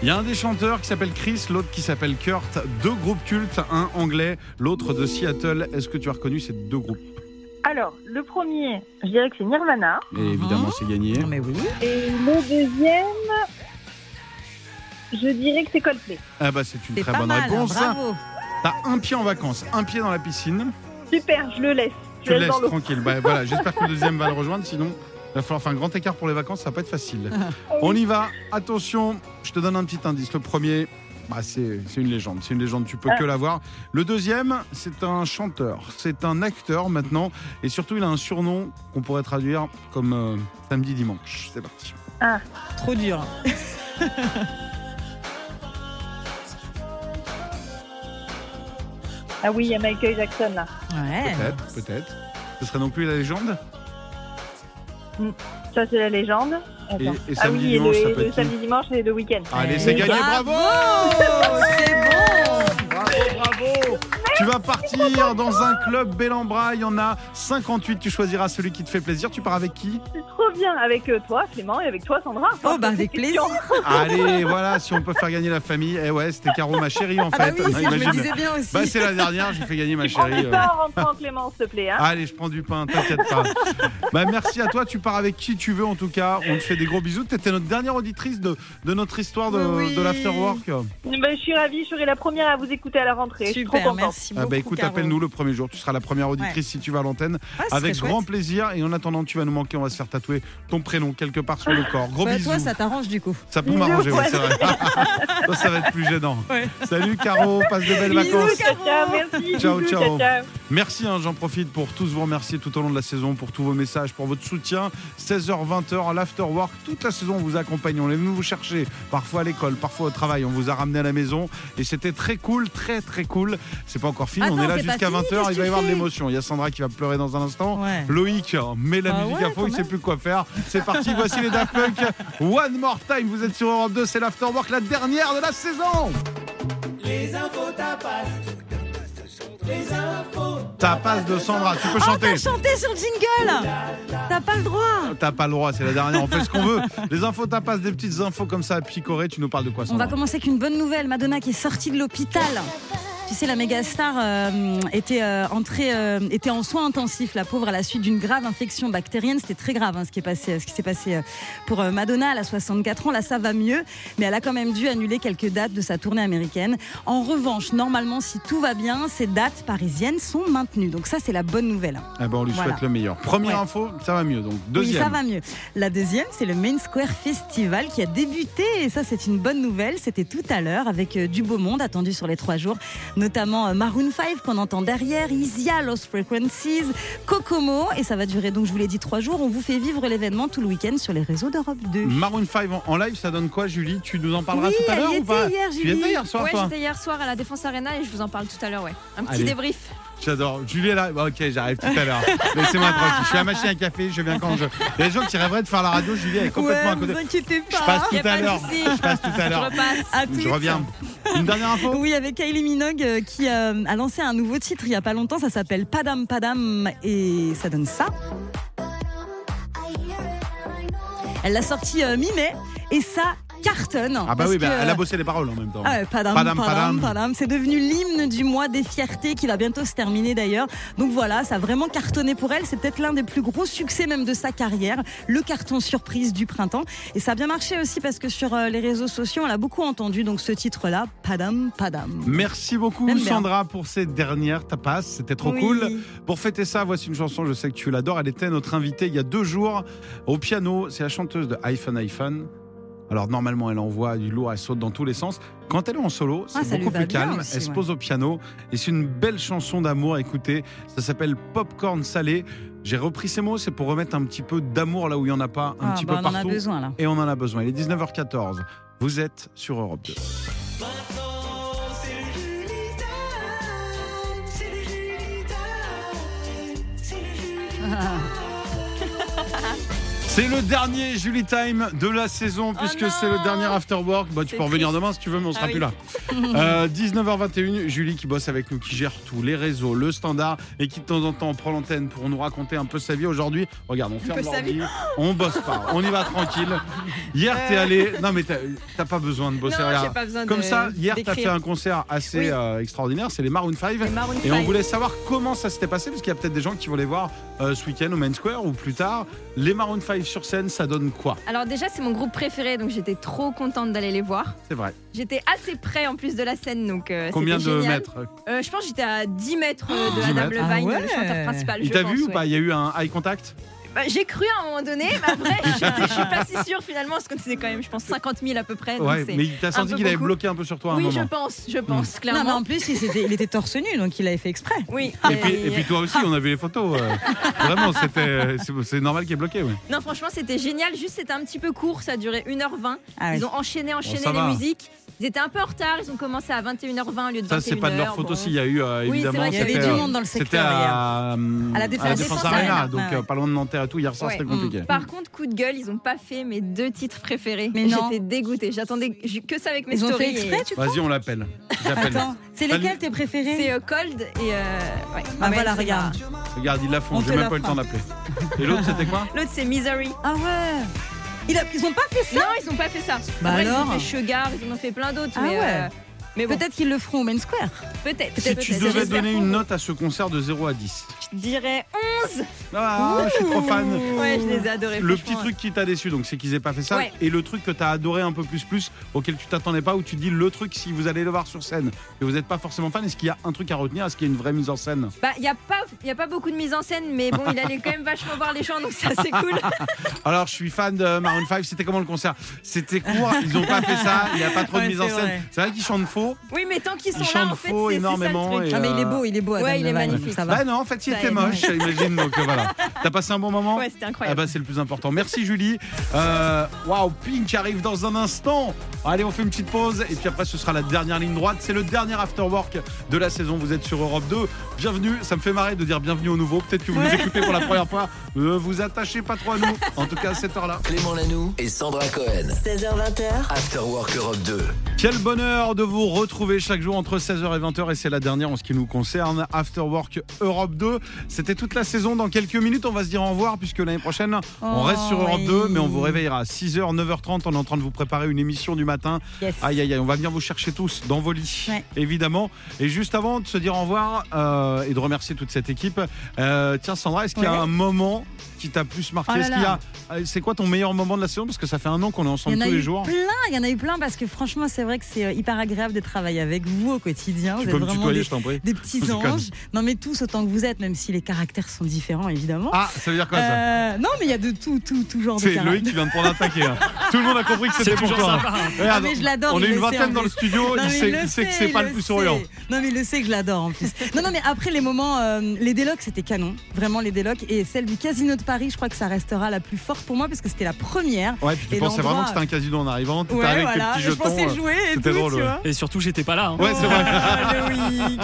Speaker 3: Il y a un des chanteurs qui s'appelle Chris, l'autre qui s'appelle Kurt, deux groupes cultes, un anglais, l'autre de Seattle. Est-ce que tu as reconnu ces deux groupes
Speaker 8: Alors, le premier, je dirais que c'est Nirvana.
Speaker 3: Et évidemment, c'est gagné.
Speaker 4: mais oui.
Speaker 8: Et le deuxième, je dirais que c'est Coldplay.
Speaker 3: Ah bah c'est une
Speaker 4: C'est
Speaker 3: très
Speaker 4: pas
Speaker 3: bonne
Speaker 4: mal, hein,
Speaker 3: réponse. hein. ça.
Speaker 4: bravo.
Speaker 3: T'as un pied en vacances, un pied dans la piscine.
Speaker 8: Super, je le laisse. Je
Speaker 3: Tu le
Speaker 8: laisse
Speaker 3: laisses
Speaker 8: dans l'eau.
Speaker 3: tranquille. Bah, voilà, j'espère que le deuxième va le rejoindre, sinon il va falloir faire un grand écart pour les vacances, ça va pas être facile. On y va. Attention, je te donne un petit indice. Le premier, bah, c'est c'est une légende. C'est une légende, tu peux que l'avoir. Le deuxième, c'est un chanteur, c'est un acteur maintenant, et surtout il a un surnom qu'on pourrait traduire comme euh, samedi dimanche. C'est parti.
Speaker 4: Trop dur.
Speaker 8: Ah oui, il y a Michael Jackson là.
Speaker 4: Ouais.
Speaker 3: Peut-être, peut-être. Ce serait non plus la légende.
Speaker 8: Ça, c'est la légende.
Speaker 3: Et,
Speaker 8: Attends.
Speaker 3: et
Speaker 8: ah
Speaker 3: samedi
Speaker 8: oui, et
Speaker 3: dimanche,
Speaker 8: le,
Speaker 3: ça
Speaker 8: et
Speaker 3: peut
Speaker 8: le
Speaker 3: être. qui Ah.
Speaker 8: samedi, dimanche et le week-end.
Speaker 4: Eh
Speaker 3: Allez, c'est gagné, bravo
Speaker 4: C'est bon
Speaker 3: Bravo, bravo Tu vas partir dans un club bel en bras, il y en a 58, tu choisiras celui qui te fait plaisir. Tu pars avec qui
Speaker 8: C'est trop bien avec euh, toi, Clément, et avec toi, Sandra.
Speaker 4: Oh bah avec plaisir
Speaker 3: Allez, voilà, si on peut faire gagner la famille. Eh ouais, c'était Caro, ma chérie, en
Speaker 4: Ah bah
Speaker 3: fait.
Speaker 4: oui, si, je me
Speaker 3: hein, Imagine.
Speaker 4: disais bien aussi.
Speaker 3: Bah, c'est la dernière, j'ai fait gagner ma [laughs]
Speaker 8: Tu prends
Speaker 3: chérie. euh.
Speaker 8: du pain en rentrant, Clément, s'il te plaît. Hein.
Speaker 3: Allez, je prends du pain, t'inquiète pas. Bah, merci à toi, tu pars avec qui tu veux en tout cas. On te fait des gros bisous. T'étais notre dernière auditrice de, de notre histoire de,
Speaker 4: Oui, oui.
Speaker 3: de l'afterwork.
Speaker 8: Bah, je suis ravie, je serai la première à vous écouter à la rentrée. je suis trop
Speaker 4: Super,
Speaker 8: contente.
Speaker 4: merci
Speaker 3: Ah
Speaker 4: beaucoup.
Speaker 3: bah écoute,
Speaker 4: Caro.
Speaker 3: appelle-nous le premier jour. Tu seras la première auditrice
Speaker 4: Ouais.
Speaker 3: si tu vas à l'antenne.
Speaker 4: Ah, ce
Speaker 3: Avec
Speaker 4: serait
Speaker 3: grand
Speaker 4: chouette.
Speaker 3: plaisir. Et en attendant, tu vas nous manquer. On va se faire tatouer ton prénom quelque part sur le corps. Gros
Speaker 4: Bah,
Speaker 3: bisous.
Speaker 4: toi, ça t'arrange du coup.
Speaker 3: Ça peut
Speaker 8: Bisous,
Speaker 3: m'arranger, oui,
Speaker 8: ouais.
Speaker 3: c'est vrai. Toi, [laughs] ça va être plus gênant.
Speaker 4: Ouais.
Speaker 3: Salut Caro, passe de belles
Speaker 4: Bisous,
Speaker 3: vacances.
Speaker 4: Caro.
Speaker 8: Ciao, merci.
Speaker 3: Ciao,
Speaker 8: bisous,
Speaker 3: ciao.
Speaker 8: ciao, ciao.
Speaker 3: Merci, hein, j'en profite pour tous vous remercier tout au long de la saison, pour tous vos messages, pour votre soutien. 16h-20h à l'afterwork, toute la saison on vous accompagne, on est venu vous chercher, parfois à l'école, parfois au travail, on vous a ramené à la maison et c'était très cool, très très cool. C'est pas encore fini, on
Speaker 4: Attends,
Speaker 3: est là
Speaker 4: c'est pas
Speaker 3: jusqu'à
Speaker 4: fini,
Speaker 3: 20h,
Speaker 4: qu'est-ce
Speaker 3: il va y
Speaker 4: que
Speaker 3: avoir de
Speaker 4: tu fais
Speaker 3: l'émotion. Il y a Sandra qui va pleurer dans un instant.
Speaker 4: Ouais.
Speaker 3: Loïc met la
Speaker 4: Ah
Speaker 3: musique
Speaker 4: ouais,
Speaker 3: à fond,
Speaker 4: quand
Speaker 3: il sait
Speaker 4: même.
Speaker 3: plus quoi faire. C'est
Speaker 4: [laughs]
Speaker 3: parti, voici les Daft Punk. One more time, vous êtes sur Europe 2, c'est l'Afterwork, la dernière de la saison. Les infos tapas. Les infos tapas de Sandra, tu peux
Speaker 4: Oh,
Speaker 3: chanter.
Speaker 4: t'as chanté sur le jingle T'as pas le droit
Speaker 3: T'as pas le droit, c'est la dernière, on fait ce qu'on veut. Les infos tapas, des petites infos comme ça à picorer, tu nous parles de quoi
Speaker 4: On
Speaker 3: Sandra
Speaker 4: va commencer avec une bonne nouvelle. Madonna qui est sortie de l'hôpital. Tu sais, la méga star était, euh, entrée, euh, était en soins intensifs, la pauvre, à la suite d'une grave infection bactérienne. C'était très grave hein, ce qui est passé, ce qui s'est passé euh, pour euh, Madonna. Elle a 64 ans, là ça va mieux, mais elle a quand même dû annuler quelques dates de sa tournée américaine. En revanche, normalement, si tout va bien, ces dates parisiennes sont maintenues. Donc ça, c'est la bonne nouvelle.
Speaker 3: Eh ben, on lui souhaite
Speaker 4: Voilà.
Speaker 3: le meilleur. Première
Speaker 4: Ouais.
Speaker 3: info, ça va mieux. Donc deuxième.
Speaker 4: Oui, ça va mieux. La deuxième, c'est le Main Square Festival qui a débuté. Et ça, c'est une bonne nouvelle. C'était tout à l'heure avec euh, du beau monde attendu sur les trois jours. Notamment euh, Maroon 5 qu'on entend derrière, Isia, Lost Frequencies, Kokomo. Et ça va durer, donc je vous l'ai dit, trois jours. On vous fait vivre l'événement tout le week-end sur les réseaux d'Europe 2.
Speaker 3: Maroon 5 en- en live, ça donne quoi, Julie Tu nous en parleras
Speaker 4: Oui,
Speaker 3: tout à
Speaker 4: elle y
Speaker 3: l'heure ou
Speaker 4: était
Speaker 3: pas
Speaker 4: hier,
Speaker 3: Tu y étais
Speaker 4: Julie.
Speaker 3: hier soir,
Speaker 11: Ouais,
Speaker 3: toi
Speaker 11: j'étais hier soir à la Défense Arena et je vous en parle tout à l'heure, ouais. Un petit
Speaker 3: Allez.
Speaker 11: débrief.
Speaker 3: J'adore. Julie est là. Bah, ok, j'arrive tout à l'heure. Laissez-moi tranquille. Je suis à la machine à café, je viens quand je. Il y a des gens qui rêveraient de faire la radio. Julie elle est complètement à
Speaker 4: Ouais,
Speaker 3: côté.
Speaker 4: vous inquiétez pas.
Speaker 3: Je passe
Speaker 11: Y a
Speaker 3: tout
Speaker 11: pas
Speaker 3: à
Speaker 11: de
Speaker 3: l'heure.
Speaker 11: souci.
Speaker 3: Je passe tout à
Speaker 4: [laughs]
Speaker 11: Je
Speaker 3: l'heure.
Speaker 11: repasse.
Speaker 4: À
Speaker 3: Je
Speaker 4: toutes.
Speaker 3: reviens. Une dernière info
Speaker 4: Oui, avec Kylie Minogue euh, qui euh, a lancé un nouveau titre il n'y a pas longtemps. Ça s'appelle Padam Padam et ça donne ça. Elle l'a sorti euh, mi-mai et ça cartonne.
Speaker 3: Ah bah
Speaker 4: parce
Speaker 3: oui, bah,
Speaker 4: que-
Speaker 3: elle a bossé les paroles en même temps.
Speaker 4: Ah ouais, padam,
Speaker 3: Padam,
Speaker 4: padam,
Speaker 3: padam.
Speaker 4: padam, C'est devenu l'hymne du mois des fiertés qui va bientôt se terminer d'ailleurs. Donc voilà, ça a vraiment cartonné pour elle. C'est peut-être l'un des plus gros succès même de sa carrière, le carton surprise du printemps. Et ça a bien marché aussi parce que sur euh, les réseaux sociaux, on l'a beaucoup entendu. Donc ce titre-là, Padam, Padam.
Speaker 3: Merci beaucoup
Speaker 4: J'aime bien.
Speaker 3: Sandra pour ces dernières tapas, c'était trop
Speaker 4: Oui.
Speaker 3: cool. Pour fêter ça, voici une chanson, je sais que tu l'adores, elle était notre invitée il y a deux jours au piano, c'est la chanteuse de iPhone iPhone. Alors normalement elle envoie du lourd, elle saute dans tous les sens. Quand elle est en solo, c'est
Speaker 4: Ah, ça lui
Speaker 3: beaucoup
Speaker 4: va
Speaker 3: plus
Speaker 4: bien
Speaker 3: calme,
Speaker 4: aussi,
Speaker 3: elle se
Speaker 4: ouais.
Speaker 3: pose au piano et c'est une belle chanson d'amour, écoutez, ça s'appelle Popcorn salé. J'ai repris ces mots, c'est pour remettre un petit peu d'amour là où il n'y en a pas, un
Speaker 4: Ah,
Speaker 3: petit
Speaker 4: bah,
Speaker 3: peu
Speaker 4: on en a
Speaker 3: partout.
Speaker 4: besoin là.
Speaker 3: Et on en a besoin. Il est 19h14. Vous êtes sur Europe 2. C'est le dernier Julie Time de la saison, puisque c'est le dernier After Work. Bah,
Speaker 12: Oh
Speaker 3: tu
Speaker 12: C'est
Speaker 3: peux revenir
Speaker 12: triste.
Speaker 3: demain si tu veux, mais on
Speaker 12: Ah
Speaker 3: sera
Speaker 12: oui. [laughs]
Speaker 3: plus là. Euh, 19h21, Julie qui bosse avec nous, qui gère tous les réseaux, le standard, et qui de temps en temps prend l'antenne pour nous raconter un peu sa vie. Aujourd'hui, regarde, on ferme
Speaker 12: peu sa
Speaker 3: l'ordi,
Speaker 12: vie.
Speaker 3: on bosse pas, on y va tranquille. Hier,
Speaker 12: Euh.
Speaker 3: t'es allé. Non, mais t'as- t'as pas besoin de bosser.
Speaker 12: Non,
Speaker 3: regarde.
Speaker 12: j'ai pas besoin
Speaker 3: Comme
Speaker 12: de-
Speaker 3: ça, hier,
Speaker 12: d'écrire.
Speaker 3: t'as fait un concert assez
Speaker 12: Oui.
Speaker 3: euh, extraordinaire, c'est les Maroon 5.
Speaker 12: Maroon
Speaker 3: et on
Speaker 12: 5.
Speaker 3: voulait savoir comment ça s'était passé, parce qu'il y a peut-être des gens qui vont les voir euh, ce week-end au Main Square ou plus tard. Les Maroon 5 sur scène, ça donne quoi
Speaker 11: Alors déjà, c'est mon groupe préféré, donc j'étais trop contente d'aller les voir.
Speaker 3: C'est vrai.
Speaker 11: J'étais assez près en plus de la scène, donc euh,
Speaker 3: Combien de
Speaker 11: c'était génial.
Speaker 3: mètres
Speaker 11: Euh, Je pense que j'étais à 10 mètres euh,
Speaker 3: [gasps]
Speaker 11: de
Speaker 3: 10
Speaker 11: Adam
Speaker 3: mètres.
Speaker 11: Levine,
Speaker 3: Ah ouais.
Speaker 11: le chanteur principal.
Speaker 3: Il
Speaker 11: je
Speaker 3: t'a
Speaker 11: pense,
Speaker 3: vu ou
Speaker 11: ouais.
Speaker 3: pas Il y a eu un eye contact
Speaker 11: Bah, J'ai cru à un moment donné, mais après,
Speaker 3: [laughs]
Speaker 11: j'étais- je suis pas si sûre finalement, parce que c'était quand même, je pense, 50 000 à peu près. donc
Speaker 3: Ouais,
Speaker 11: c'est
Speaker 3: mais il t'a
Speaker 11: un
Speaker 3: senti
Speaker 11: peu
Speaker 3: qu'il avait
Speaker 11: beaucoup.
Speaker 3: bloqué un peu sur toi à un
Speaker 11: oui,
Speaker 3: moment. Hmm.
Speaker 11: je pense, je pense, clairement.
Speaker 4: Non, mais en plus, il était, il était torse nu, donc il avait fait exprès.
Speaker 11: Oui.
Speaker 3: Et puis, et puis toi aussi, on a vu les photos.
Speaker 11: [laughs]
Speaker 3: euh, Vraiment, c'était- c'est c'est normal qu'il est bloqué. ouais.
Speaker 11: euh, Non, franchement, c'était génial. Juste, c'était un petit peu court. Ça a duré 1h20.
Speaker 3: Ah oui.
Speaker 11: Ils ont enchaîné, enchaîné
Speaker 3: ça
Speaker 11: les
Speaker 3: va.
Speaker 11: musiques. Ils étaient un peu en retard. Ils ont commencé à 21h20 au lieu de 21h.
Speaker 3: Ça, c'est pas de leur faute aussi. Il y a eu, euh,
Speaker 11: Oui, c'est
Speaker 3: évidemment.
Speaker 11: vrai qu'il y avait
Speaker 3: c'était,
Speaker 11: du
Speaker 3: euh,
Speaker 11: monde dans le secteur
Speaker 3: C'était à, euh,
Speaker 11: À la Défense Arena,
Speaker 3: donc
Speaker 11: ouais, ouais.
Speaker 3: euh, pas loin de Nanterre et tout. Hier soir, c'était compliqué.
Speaker 11: Par contre, coup de gueule, ils ont pas fait mes deux titres préférés.
Speaker 4: Mais
Speaker 11: Et
Speaker 4: non.
Speaker 11: J'étais dégoûtée. J'attendais ju- que ça avec mes
Speaker 4: Ils ont
Speaker 11: stories.
Speaker 4: fait exprès, tu
Speaker 3: Vas-y, on l'appelle. J'appelle.
Speaker 11: c'est lesquels tes préférés C'est euh, Cold et. euh, ouais.
Speaker 4: Bah voilà, regarde.
Speaker 3: Regarde, ils la font.
Speaker 4: On
Speaker 3: J'ai
Speaker 4: te
Speaker 3: même
Speaker 4: la
Speaker 3: pas eu le
Speaker 4: fera.
Speaker 3: temps d'appeler. Et l'autre, c'était quoi
Speaker 11: L'autre, c'est Misery.
Speaker 4: Ah ouais Ils, ont pas fait
Speaker 11: ça Non, ils ont pas fait ça.
Speaker 4: Bah
Speaker 11: Après,
Speaker 4: alors
Speaker 11: Ils ont fait Sugar, ils en ont fait plein d'autres.
Speaker 4: Ah
Speaker 11: mais,
Speaker 4: ouais.
Speaker 11: mais bon.
Speaker 4: Peut-être qu'ils le feront au Main Square.
Speaker 11: Peut-être.
Speaker 3: Si
Speaker 11: peut-être,
Speaker 3: tu
Speaker 11: peut-être.
Speaker 3: devais
Speaker 11: J'espère
Speaker 3: donner
Speaker 11: pour
Speaker 3: une
Speaker 11: vous.
Speaker 3: note à ce concert de 0 à 10.
Speaker 11: Je dirais 11
Speaker 3: Ah, je suis trop fan.
Speaker 11: Ouais, je les ai adorés.
Speaker 3: Le
Speaker 11: franchement.
Speaker 3: petit truc qui t'a déçu, donc c'est qu'ils aient pas fait ça.
Speaker 11: Ouais.
Speaker 3: Et le truc que t'as adoré un peu plus plus, auquel tu t'attendais pas, où tu dis le truc si vous allez le voir sur scène et vous n'êtes pas forcément fan, est-ce qu'il y a un truc à retenir Est-ce qu'il y a une vraie mise en scène
Speaker 11: Bah, il n'y a, pas- y a pas beaucoup de mise en scène, mais bon, il allait quand même vachement voir les gens, donc ça,
Speaker 3: [laughs]
Speaker 11: c'est cool.
Speaker 3: Alors, je suis fan de Maroon 5. C'était comment le concert C'était court. Ils n'ont pas fait ça. Il n'y a pas trop de
Speaker 11: Ouais,
Speaker 3: mise
Speaker 11: c'est
Speaker 3: en scène.
Speaker 11: vrai.
Speaker 3: C'est vrai qu'ils chantent faux.
Speaker 11: Oui, mais tant qu'ils
Speaker 3: Ils
Speaker 11: sont là, en
Speaker 3: chantent
Speaker 11: fait,
Speaker 3: faux
Speaker 11: c'est c'est ça le
Speaker 3: énormément.
Speaker 11: truc.
Speaker 4: Ah,
Speaker 3: et, euh,
Speaker 11: Ouais, il est magnifique.
Speaker 3: Bah non, en fait, il
Speaker 11: Ça
Speaker 3: était
Speaker 11: aide.
Speaker 3: moche, j'imagine. Donc euh,
Speaker 11: [laughs]
Speaker 3: voilà. T'as passé un bon moment
Speaker 11: Ouais, c'était incroyable.
Speaker 3: Ah bah, c'est le plus important. Merci Julie. Euh, Waouh, Pink arrive dans un instant. Allez, on fait une petite pause et puis après, ce sera la dernière ligne droite. C'est le dernier after work de la saison. Vous êtes sur Europe 2. Bienvenue. Ça me fait marrer de dire bienvenue aux nouveaux. Peut-être que vous nous
Speaker 2: Ouais.
Speaker 3: écoutez pour la première fois. Euh, vous attachez pas trop à nous. En tout cas, à cette heure-là.
Speaker 2: Clément Lanoux et Sandra Cohen.
Speaker 1: 16h20h,
Speaker 2: After Work Europe 2.
Speaker 3: Quel bonheur de vous retrouver chaque jour entre 16h et 20h et c'est la dernière en ce qui nous concerne After Work Europe 2. C'était toute la saison. Dans quelques minutes, on va se dire au revoir puisque l'année prochaine, on
Speaker 12: Oh,
Speaker 3: reste sur Europe
Speaker 12: oui.
Speaker 3: 2 mais on vous réveillera à 6h, 9h30. On est en train de vous préparer une émission du matin.
Speaker 12: Yes.
Speaker 3: Aïe aïe aïe, on va venir vous chercher tous dans vos lits évidemment. Et juste avant de se dire au revoir euh, et de remercier toute cette équipe, euh, tiens Sandra, est-ce qu'il y a
Speaker 4: Ouais.
Speaker 3: un moment qui t'a plus marqué
Speaker 4: Oh là
Speaker 3: Est-ce qu'il y a-
Speaker 4: là.
Speaker 3: euh, C'est quoi ton meilleur moment de la saison Parce que ça fait un an qu'on est
Speaker 4: Il y
Speaker 3: ensemble
Speaker 4: en a
Speaker 3: tous les
Speaker 4: eu
Speaker 3: jours.
Speaker 4: plein, il y en a eu plein parce que franchement, c'est vrai que c'est euh, hyper agréable de travailler avec vous au quotidien.
Speaker 3: Tu
Speaker 4: vous
Speaker 3: peux
Speaker 4: êtes
Speaker 3: me
Speaker 4: vraiment
Speaker 3: tutoyer,
Speaker 4: des,
Speaker 3: je t'en prie.
Speaker 4: des petits
Speaker 3: Je déconne.
Speaker 4: anges. Non, mais tous autant que vous êtes, même si les caractères sont différents, évidemment.
Speaker 3: Ah, ça veut dire quoi, ça
Speaker 4: Euh, Non, mais il y a de tout, tout, tout genre de
Speaker 3: C'est
Speaker 4: caractères.
Speaker 3: Loïc qui vient de prendre un taquet.
Speaker 4: [laughs]
Speaker 3: hein. Tout le monde a compris que c'était
Speaker 12: C'est
Speaker 3: pour
Speaker 12: toujours
Speaker 3: toi.
Speaker 12: sympa, hein.
Speaker 4: Ah, mais je l'adore,
Speaker 3: on
Speaker 4: il
Speaker 3: est une
Speaker 4: le sait,
Speaker 3: vingtaine
Speaker 4: en
Speaker 3: dans le
Speaker 4: plus.
Speaker 3: studio.
Speaker 4: Non,
Speaker 3: il
Speaker 4: mais
Speaker 3: sait,
Speaker 4: il le
Speaker 3: il sait que
Speaker 4: sait,
Speaker 3: c'est
Speaker 4: il
Speaker 3: pas le
Speaker 4: le
Speaker 3: plus
Speaker 4: sait.
Speaker 3: souriant.
Speaker 4: Non, mais il le sait que je l'adore en plus. Non, non, mais après les moments, euh, les délocs, c'était canon. Vraiment, les délocs. Et celle du Casino de Paris, je crois que ça restera la plus forte pour moi parce que c'était la première.
Speaker 3: Ouais, puis tu
Speaker 4: Et
Speaker 3: pensais
Speaker 4: l'endroit-
Speaker 3: vraiment que c'était un casino en arrivant. T'étais
Speaker 4: Ouais,
Speaker 3: avec tes
Speaker 4: voilà.
Speaker 3: petits
Speaker 4: Je
Speaker 3: jetons.
Speaker 4: pensais
Speaker 3: euh,
Speaker 4: jouer, et tout,
Speaker 3: C'était drôle,
Speaker 4: tu
Speaker 3: ouais.
Speaker 4: vois.
Speaker 6: Et surtout, j'étais pas là. hein.
Speaker 3: Ouais, c'est
Speaker 4: [laughs]
Speaker 3: vrai.
Speaker 4: Ah, non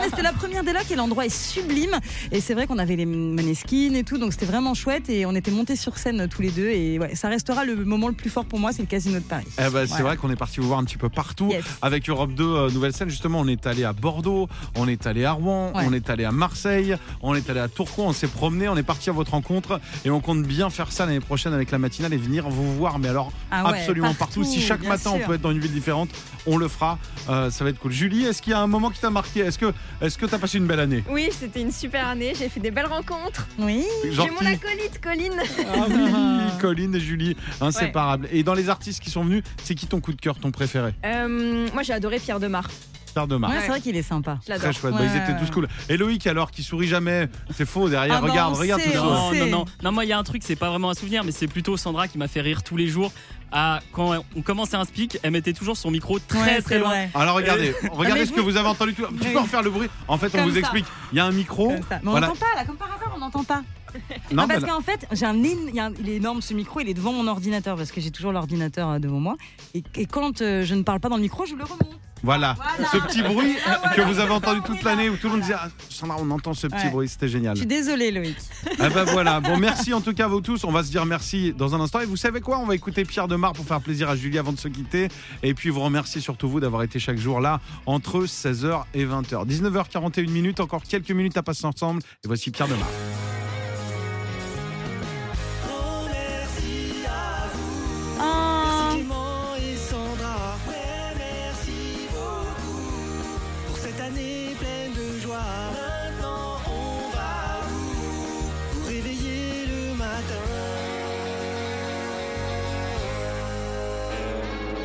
Speaker 4: mais c'était la première des locs et l'endroit est sublime et c'est vrai qu'on avait les maneskines et tout donc c'était vraiment chouette et on était montés sur scène euh, tous les deux et ouais, ça restera le moment le plus fort pour moi c'est le casino de Paris.
Speaker 3: Eh ben, c'est
Speaker 4: Voilà.
Speaker 3: vrai qu'on est parti vous voir un petit peu partout.
Speaker 4: Yes.
Speaker 3: Avec Europe 2, euh, nouvelle scène, justement, on est allé à Bordeaux, on est allé à Rouen,
Speaker 4: Ouais.
Speaker 3: on est allé à Marseille, on est allé à Tourcoing, on s'est promené, on est parti à votre rencontre et on compte bien faire ça l'année prochaine avec la matinale et venir vous voir. Mais alors,
Speaker 4: Ah ouais,
Speaker 3: absolument partout.
Speaker 4: partout,
Speaker 3: Si chaque
Speaker 4: bien
Speaker 3: matin
Speaker 4: sûr.
Speaker 3: on peut être dans une ville différente, on le fera. Euh, ça va être cool. Julie, est-ce qu'il y a un moment qui t'a marqué Est-ce que est-ce que t'as passé une belle année
Speaker 11: Oui, c'était une super année, j'ai fait des belles rencontres.
Speaker 4: Oui.
Speaker 3: Genre
Speaker 11: J'ai mon
Speaker 3: qui
Speaker 11: acolyte, Colline.
Speaker 3: Ah oui, Colline et Julie, inséparables. Et dans les artistes qui sont venus, c'est qui ton coup de cœur, ton préféré
Speaker 11: Euh, moi, j'ai adoré Pierre Demar.
Speaker 3: Tard de Mar.
Speaker 4: Ouais, c'est vrai qu'il est sympa.
Speaker 11: Je l'adore.
Speaker 3: Bah Très chouette,
Speaker 4: Ouais,
Speaker 3: Bah, ils étaient
Speaker 4: ouais,
Speaker 3: tous cool. Et Loïc alors qui sourit jamais, c'est faux derrière,
Speaker 4: Ah bah,
Speaker 3: regarde,
Speaker 4: on
Speaker 3: regarde
Speaker 4: sait,
Speaker 3: tout
Speaker 4: on
Speaker 3: ça.
Speaker 6: Non, non, non. Non, moi, il y a un truc, c'est pas vraiment un souvenir, mais c'est plutôt Sandra qui m'a fait rire tous les jours. À, quand on commençait un speak, elle mettait toujours son micro très
Speaker 4: Ouais,
Speaker 6: très
Speaker 4: c'est
Speaker 6: loin.
Speaker 4: vrai.
Speaker 3: Alors regardez, regardez
Speaker 4: Ah, mais
Speaker 3: ce
Speaker 4: vous-
Speaker 3: que vous avez entendu. tout- Tu peux
Speaker 4: Oui.
Speaker 3: refaire le bruit En fait, on
Speaker 4: Comme
Speaker 3: vous
Speaker 4: ça.
Speaker 3: explique, il y a un micro.
Speaker 4: Comme ça. Mais on
Speaker 3: Oh, Voilà.
Speaker 4: n'entend pas là, comme par hasard on n'entend pas.
Speaker 3: Non,
Speaker 4: Ah,
Speaker 3: mais
Speaker 4: parce
Speaker 3: là-
Speaker 4: qu'en fait, j'ai un, éne- il y a un- il est énorme ce micro, il est devant mon ordinateur parce que j'ai toujours l'ordinateur euh, devant moi. Et, et quand euh, je ne parle pas dans le micro, je le remonte.
Speaker 3: Voilà,
Speaker 4: Voilà.
Speaker 3: ce petit bruit
Speaker 4: Ah, voilà,
Speaker 3: que vous avez
Speaker 4: c'est
Speaker 3: entendu
Speaker 4: ça, on
Speaker 3: toute
Speaker 4: est là.
Speaker 3: l'année où tout le monde disait ah, Sandra, on entend ce petit
Speaker 4: Ouais.
Speaker 3: bruit, c'était génial.
Speaker 4: Je suis désolée, Loïc.
Speaker 3: Ah bah voilà, bon merci en tout cas à vous tous, on va se dire merci dans un instant et vous savez quoi, on va écouter Pierre Demar pour faire plaisir à Julie avant de se quitter et puis vous remercier surtout vous d'avoir été chaque jour là entre 16h et 20h. 19h41 minutes, encore quelques minutes à passer ensemble et voici Pierre Demar.
Speaker 4: Ah,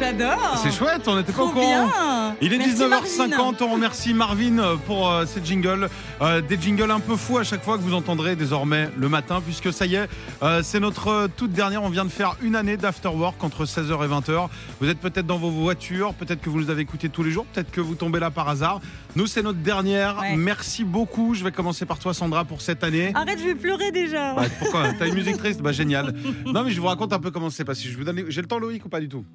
Speaker 4: j'adore.
Speaker 3: C'est chouette, on n'était pas au
Speaker 4: Oh. Trop
Speaker 3: courant.
Speaker 4: bien.
Speaker 3: Il est
Speaker 4: Merci,
Speaker 3: 19h50,
Speaker 4: Marvin.
Speaker 3: on remercie Marvin pour euh, ces jingles. Euh, des jingles un peu fous à chaque fois que vous entendrez désormais le matin, puisque ça y est, euh, c'est notre euh, toute dernière. On vient de faire une année d'afterwork entre 16h et 20h. Vous êtes peut-être dans vos voitures, peut-être que vous nous avez écoutés tous les jours, peut-être que vous tombez là par hasard. Nous, c'est notre dernière.
Speaker 4: Ouais.
Speaker 3: Merci beaucoup. Je vais commencer par toi, Sandra, pour cette année.
Speaker 4: Arrête, je vais pleurer déjà.
Speaker 3: Bah, pourquoi T'as une musique triste Bah génial. Non mais je vous raconte un peu comment c'est passé. Je vous donne. J'ai le temps Loïc ou pas du tout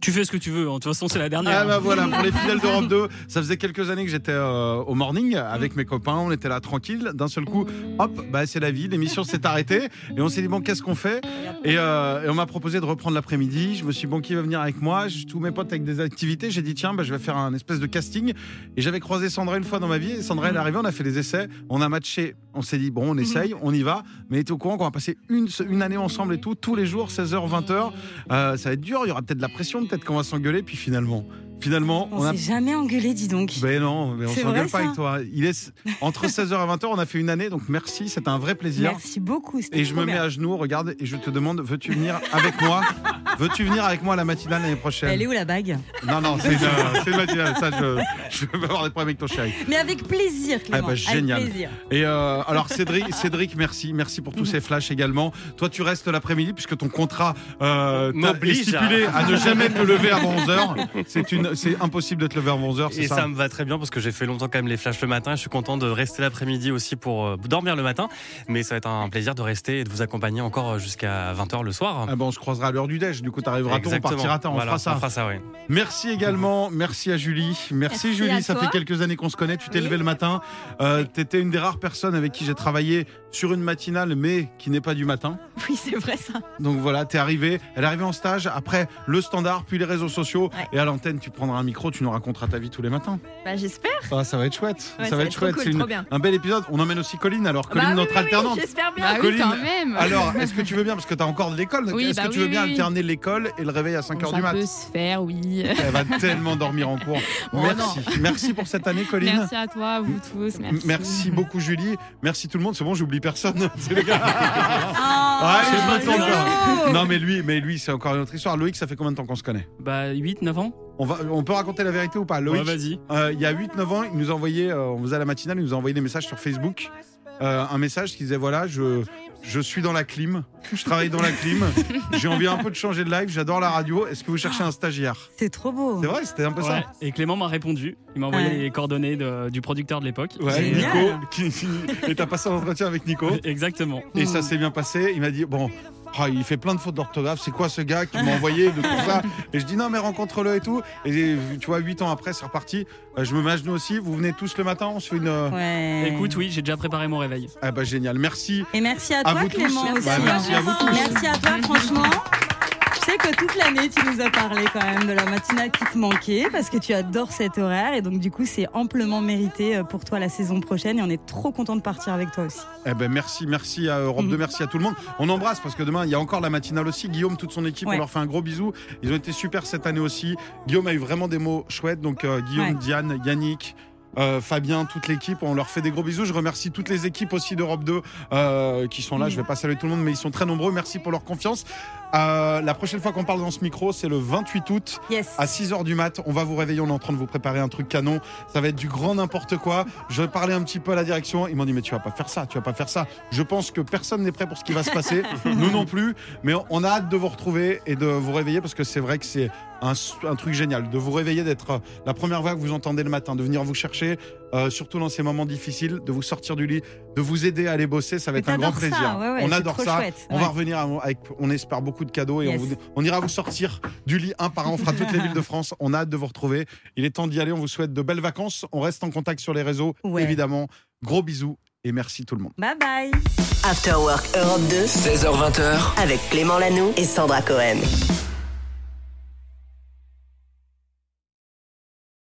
Speaker 6: Tu fais ce que tu veux, hein. de toute façon, c'est la dernière.
Speaker 3: Ah bah voilà, pour les fidèles d'Europe 2, ça faisait quelques années que j'étais euh, au morning avec mes copains, on était là tranquille, d'un seul coup, hop, bah c'est la vie, l'émission s'est arrêtée et on s'est dit bon qu'est-ce qu'on fait et, euh, et on m'a proposé de reprendre l'après-midi, je me suis dit bon qui va venir avec moi, J'ai tous mes potes avec des activités, j'ai dit tiens bah je vais faire un espèce de casting et j'avais croisé Sandra une fois dans ma vie et Sandra elle est arrivée, on a fait des essais, on a matché, on s'est dit
Speaker 4: Mhm.
Speaker 3: bon on essaye, on y va, mais elle était au courant qu'on va passer une, une année ensemble et tout, tous les jours 16h 20h, euh, ça va être dur, il y aura peut-être de la pression, peut-être qu'on va s'engueuler puis finalement Finalement,
Speaker 4: On
Speaker 3: a
Speaker 4: s'est jamais engueulé, dis donc.
Speaker 3: ben non, mais on
Speaker 4: C'est
Speaker 3: s'engueule
Speaker 4: vrai,
Speaker 3: pas
Speaker 4: ça
Speaker 3: avec toi. Il est entre 16h et 20h, on a fait une année, donc merci, c'était un vrai plaisir.
Speaker 4: Merci beaucoup. c'était
Speaker 3: Et je
Speaker 4: trop
Speaker 3: me mets
Speaker 4: bien.
Speaker 3: à genoux, regarde, et je te demande, veux-tu venir avec moi Veux-tu venir avec moi à la matinale l'année
Speaker 4: Elle est
Speaker 3: prochaine
Speaker 4: où la bague
Speaker 3: Non, non,
Speaker 4: [laughs]
Speaker 3: c'est une, euh, c'est une matinale, ça, je, je vais avoir des problèmes avec ton chéri.
Speaker 4: Mais avec plaisir, Clément.
Speaker 3: bah, génial.
Speaker 4: Avec plaisir.
Speaker 3: Et euh, alors Cédric, Cédric, merci, merci pour tous ces flashs également. Toi, tu restes l'après-midi puisque ton contrat euh, t'a-
Speaker 5: M'oblige
Speaker 3: est stipulé à ne jamais te lever avant 11h. C'est une, c'est impossible de te lever avant 11h, c'est Ah
Speaker 5: Et ça. me va très bien parce que j'ai fait longtemps quand même les flashs le matin. Je suis content de rester l'après-midi aussi pour euh, dormir le matin. Mais ça va être un plaisir de rester et de vous accompagner encore euh, jusqu'à 20h le soir.
Speaker 3: Ah ben, on se croisera à l'heure du déj, du coup t'arriveras tôt, on
Speaker 5: Exactement.
Speaker 3: partira tard, on
Speaker 5: Voilà,
Speaker 3: fera ça.
Speaker 5: On fera ça, oui.
Speaker 3: Merci également, merci à Julie, merci,
Speaker 11: Merci
Speaker 3: Julie,
Speaker 11: à
Speaker 3: ça
Speaker 11: toi.
Speaker 3: fait quelques années qu'on se connaît, tu t'es levée le matin, euh, t'étais une des rares personnes avec qui j'ai travaillé sur une matinale mais qui n'est pas du matin.
Speaker 11: Oui, c'est vrai ça.
Speaker 3: Donc voilà, t'es arrivée, elle est arrivée en stage, après le standard, puis les réseaux sociaux,
Speaker 11: Ouais.
Speaker 3: et à l'antenne tu prendras un micro, tu nous raconteras ta vie tous les matins.
Speaker 11: Bah, j'espère.
Speaker 3: Ah, ça va être chouette,
Speaker 11: Ouais,
Speaker 3: ça va être
Speaker 11: trop
Speaker 3: chouette,
Speaker 11: cool,
Speaker 3: c'est une-
Speaker 11: trop bien.
Speaker 3: un bel épisode, on emmène aussi Colline, alors Colline
Speaker 11: Bah oui,
Speaker 3: notre
Speaker 11: oui, oui,
Speaker 3: alternante. Ah,
Speaker 11: j'espère bien.
Speaker 10: Bah oui,
Speaker 3: Colline,
Speaker 10: quand même. [laughs]
Speaker 3: Alors, est-ce que tu veux bien, parce que t'as encore de l'école,
Speaker 10: Oui,
Speaker 3: est-ce
Speaker 10: bah
Speaker 3: que tu
Speaker 10: oui,
Speaker 3: veux bien
Speaker 10: oui, oui.
Speaker 3: alterner l'école et le réveil à 5h
Speaker 10: ça
Speaker 3: du mat
Speaker 10: peut se faire, oui.
Speaker 3: Elle va tellement dormir en cours.
Speaker 10: [laughs] Oh
Speaker 3: Merci. [laughs] Merci pour cette année, Colline.
Speaker 10: Merci à toi, vous tous.
Speaker 3: M-
Speaker 10: Merci.
Speaker 3: Merci beaucoup Julie, merci tout le monde, c'est bon j'oublie personne. [laughs] C'est le gars.
Speaker 4: Ah,
Speaker 3: Ouais, j'ai pas le temps,
Speaker 4: Lolo.
Speaker 10: Oh.
Speaker 3: quoi. Non mais lui, mais lui c'est encore une autre histoire. Loïc, ça fait combien de temps qu'on se connaît
Speaker 6: Bah, 8, 9 ans
Speaker 3: on, va, on peut raconter la vérité ou pas
Speaker 6: Ouais,
Speaker 3: Loïc,
Speaker 6: vas-y.
Speaker 3: euh, il y a 8-9 ans, il nous a envoyé, euh, on faisait la matinale, il nous a envoyé des messages sur Facebook. Euh, un message qui disait voilà, je, je suis dans la clim, je travaille dans la clim, j'ai envie un peu de changer de live, j'adore la radio, est-ce que vous cherchez un stagiaire
Speaker 4: C'est trop beau.
Speaker 3: C'est vrai, c'était un peu ça.
Speaker 6: Ouais. Et Clément m'a répondu. Il m'a envoyé
Speaker 4: Ouais.
Speaker 6: les coordonnées de- du producteur de l'époque.
Speaker 3: Ouais,
Speaker 6: Et- euh,
Speaker 4: Génial.
Speaker 3: Nico, qui, et t'as passé un entretien avec Nico.
Speaker 6: Exactement.
Speaker 3: Et ça s'est bien passé. Il m'a dit Bon, Ah, il fait plein de fautes d'orthographe. C'est quoi ce gars qui m'a envoyé de tout ça Et je dis non, mais rencontre-le et tout. Et tu vois, 8 ans après, c'est reparti. Euh, Je me mets à genoux aussi. Vous venez tous le matin, on se fait une. euh,
Speaker 6: Écoute, oui, j'ai déjà préparé mon réveil.
Speaker 3: Ah bah génial, merci.
Speaker 4: Et merci à
Speaker 3: À
Speaker 4: toi,
Speaker 3: vous tous.
Speaker 4: Clément, aussi.
Speaker 3: Bah, merci à vous tous.
Speaker 4: Merci à toi, franchement. Je sais que toute l'année, tu nous as parlé quand même de la matinale qui te manquait parce que tu adores cet horaire et donc du coup, c'est amplement mérité euh, pour toi la saison prochaine et on est trop content de partir avec toi aussi.
Speaker 3: Eh ben merci, merci à Europe 2, merci à tout le monde. On embrasse parce que demain il y a encore la matinale aussi. Guillaume, toute son équipe,
Speaker 4: Ouais.
Speaker 3: on leur fait un gros bisou. Ils ont été super cette année aussi. Guillaume a eu vraiment des mots chouettes. Donc euh, Guillaume,
Speaker 4: Ouais.
Speaker 3: Diane, Yannick. euh, Fabien, toute l'équipe, on leur fait des gros bisous. Je remercie toutes les équipes aussi d'Europe 2 euh, qui sont là. Je vais pas saluer tout le monde, mais ils sont très nombreux. Merci pour leur confiance. Euh, la prochaine fois qu'on parle dans ce micro, c'est le 28 août
Speaker 4: Yes.
Speaker 3: à 6h du mat. On va vous réveiller, on est en train de vous préparer un truc canon. Ça va être du grand n'importe quoi. Je parlais un petit peu à la direction. Ils m'ont dit, mais tu vas pas faire ça, tu vas pas faire ça. Je pense que personne n'est prêt pour ce qui va se passer.
Speaker 4: [laughs]
Speaker 3: Nous non plus. Mais on- on a hâte de vous retrouver et de vous réveiller parce que c'est vrai que c'est un, s- un truc génial. De vous réveiller, d'être euh, la première voix que vous entendez le matin, de venir vous chercher, euh, surtout dans ces moments difficiles, de vous sortir du lit, de vous aider à aller bosser. Ça va
Speaker 4: Mais
Speaker 3: être un grand
Speaker 4: t'adores ça,
Speaker 3: plaisir.
Speaker 4: ouais, ouais,
Speaker 3: on
Speaker 4: c'est
Speaker 3: adore
Speaker 4: trop
Speaker 3: ça.
Speaker 4: chouette,
Speaker 3: On
Speaker 4: ouais.
Speaker 3: va revenir à- avec, on espère beaucoup de cadeaux et
Speaker 4: Yes.
Speaker 3: on, vous- on ira vous sortir du lit un par un. On fera toutes les villes de France. On a hâte de vous retrouver. Il est temps d'y aller. On vous souhaite de belles vacances. On reste en contact sur les réseaux,
Speaker 4: Ouais.
Speaker 3: évidemment. Gros bisous et merci tout le monde.
Speaker 4: Bye bye.
Speaker 1: After Work Europe 2.
Speaker 2: 16h20.
Speaker 1: Avec Clément Lanoux et Sandra Cohen.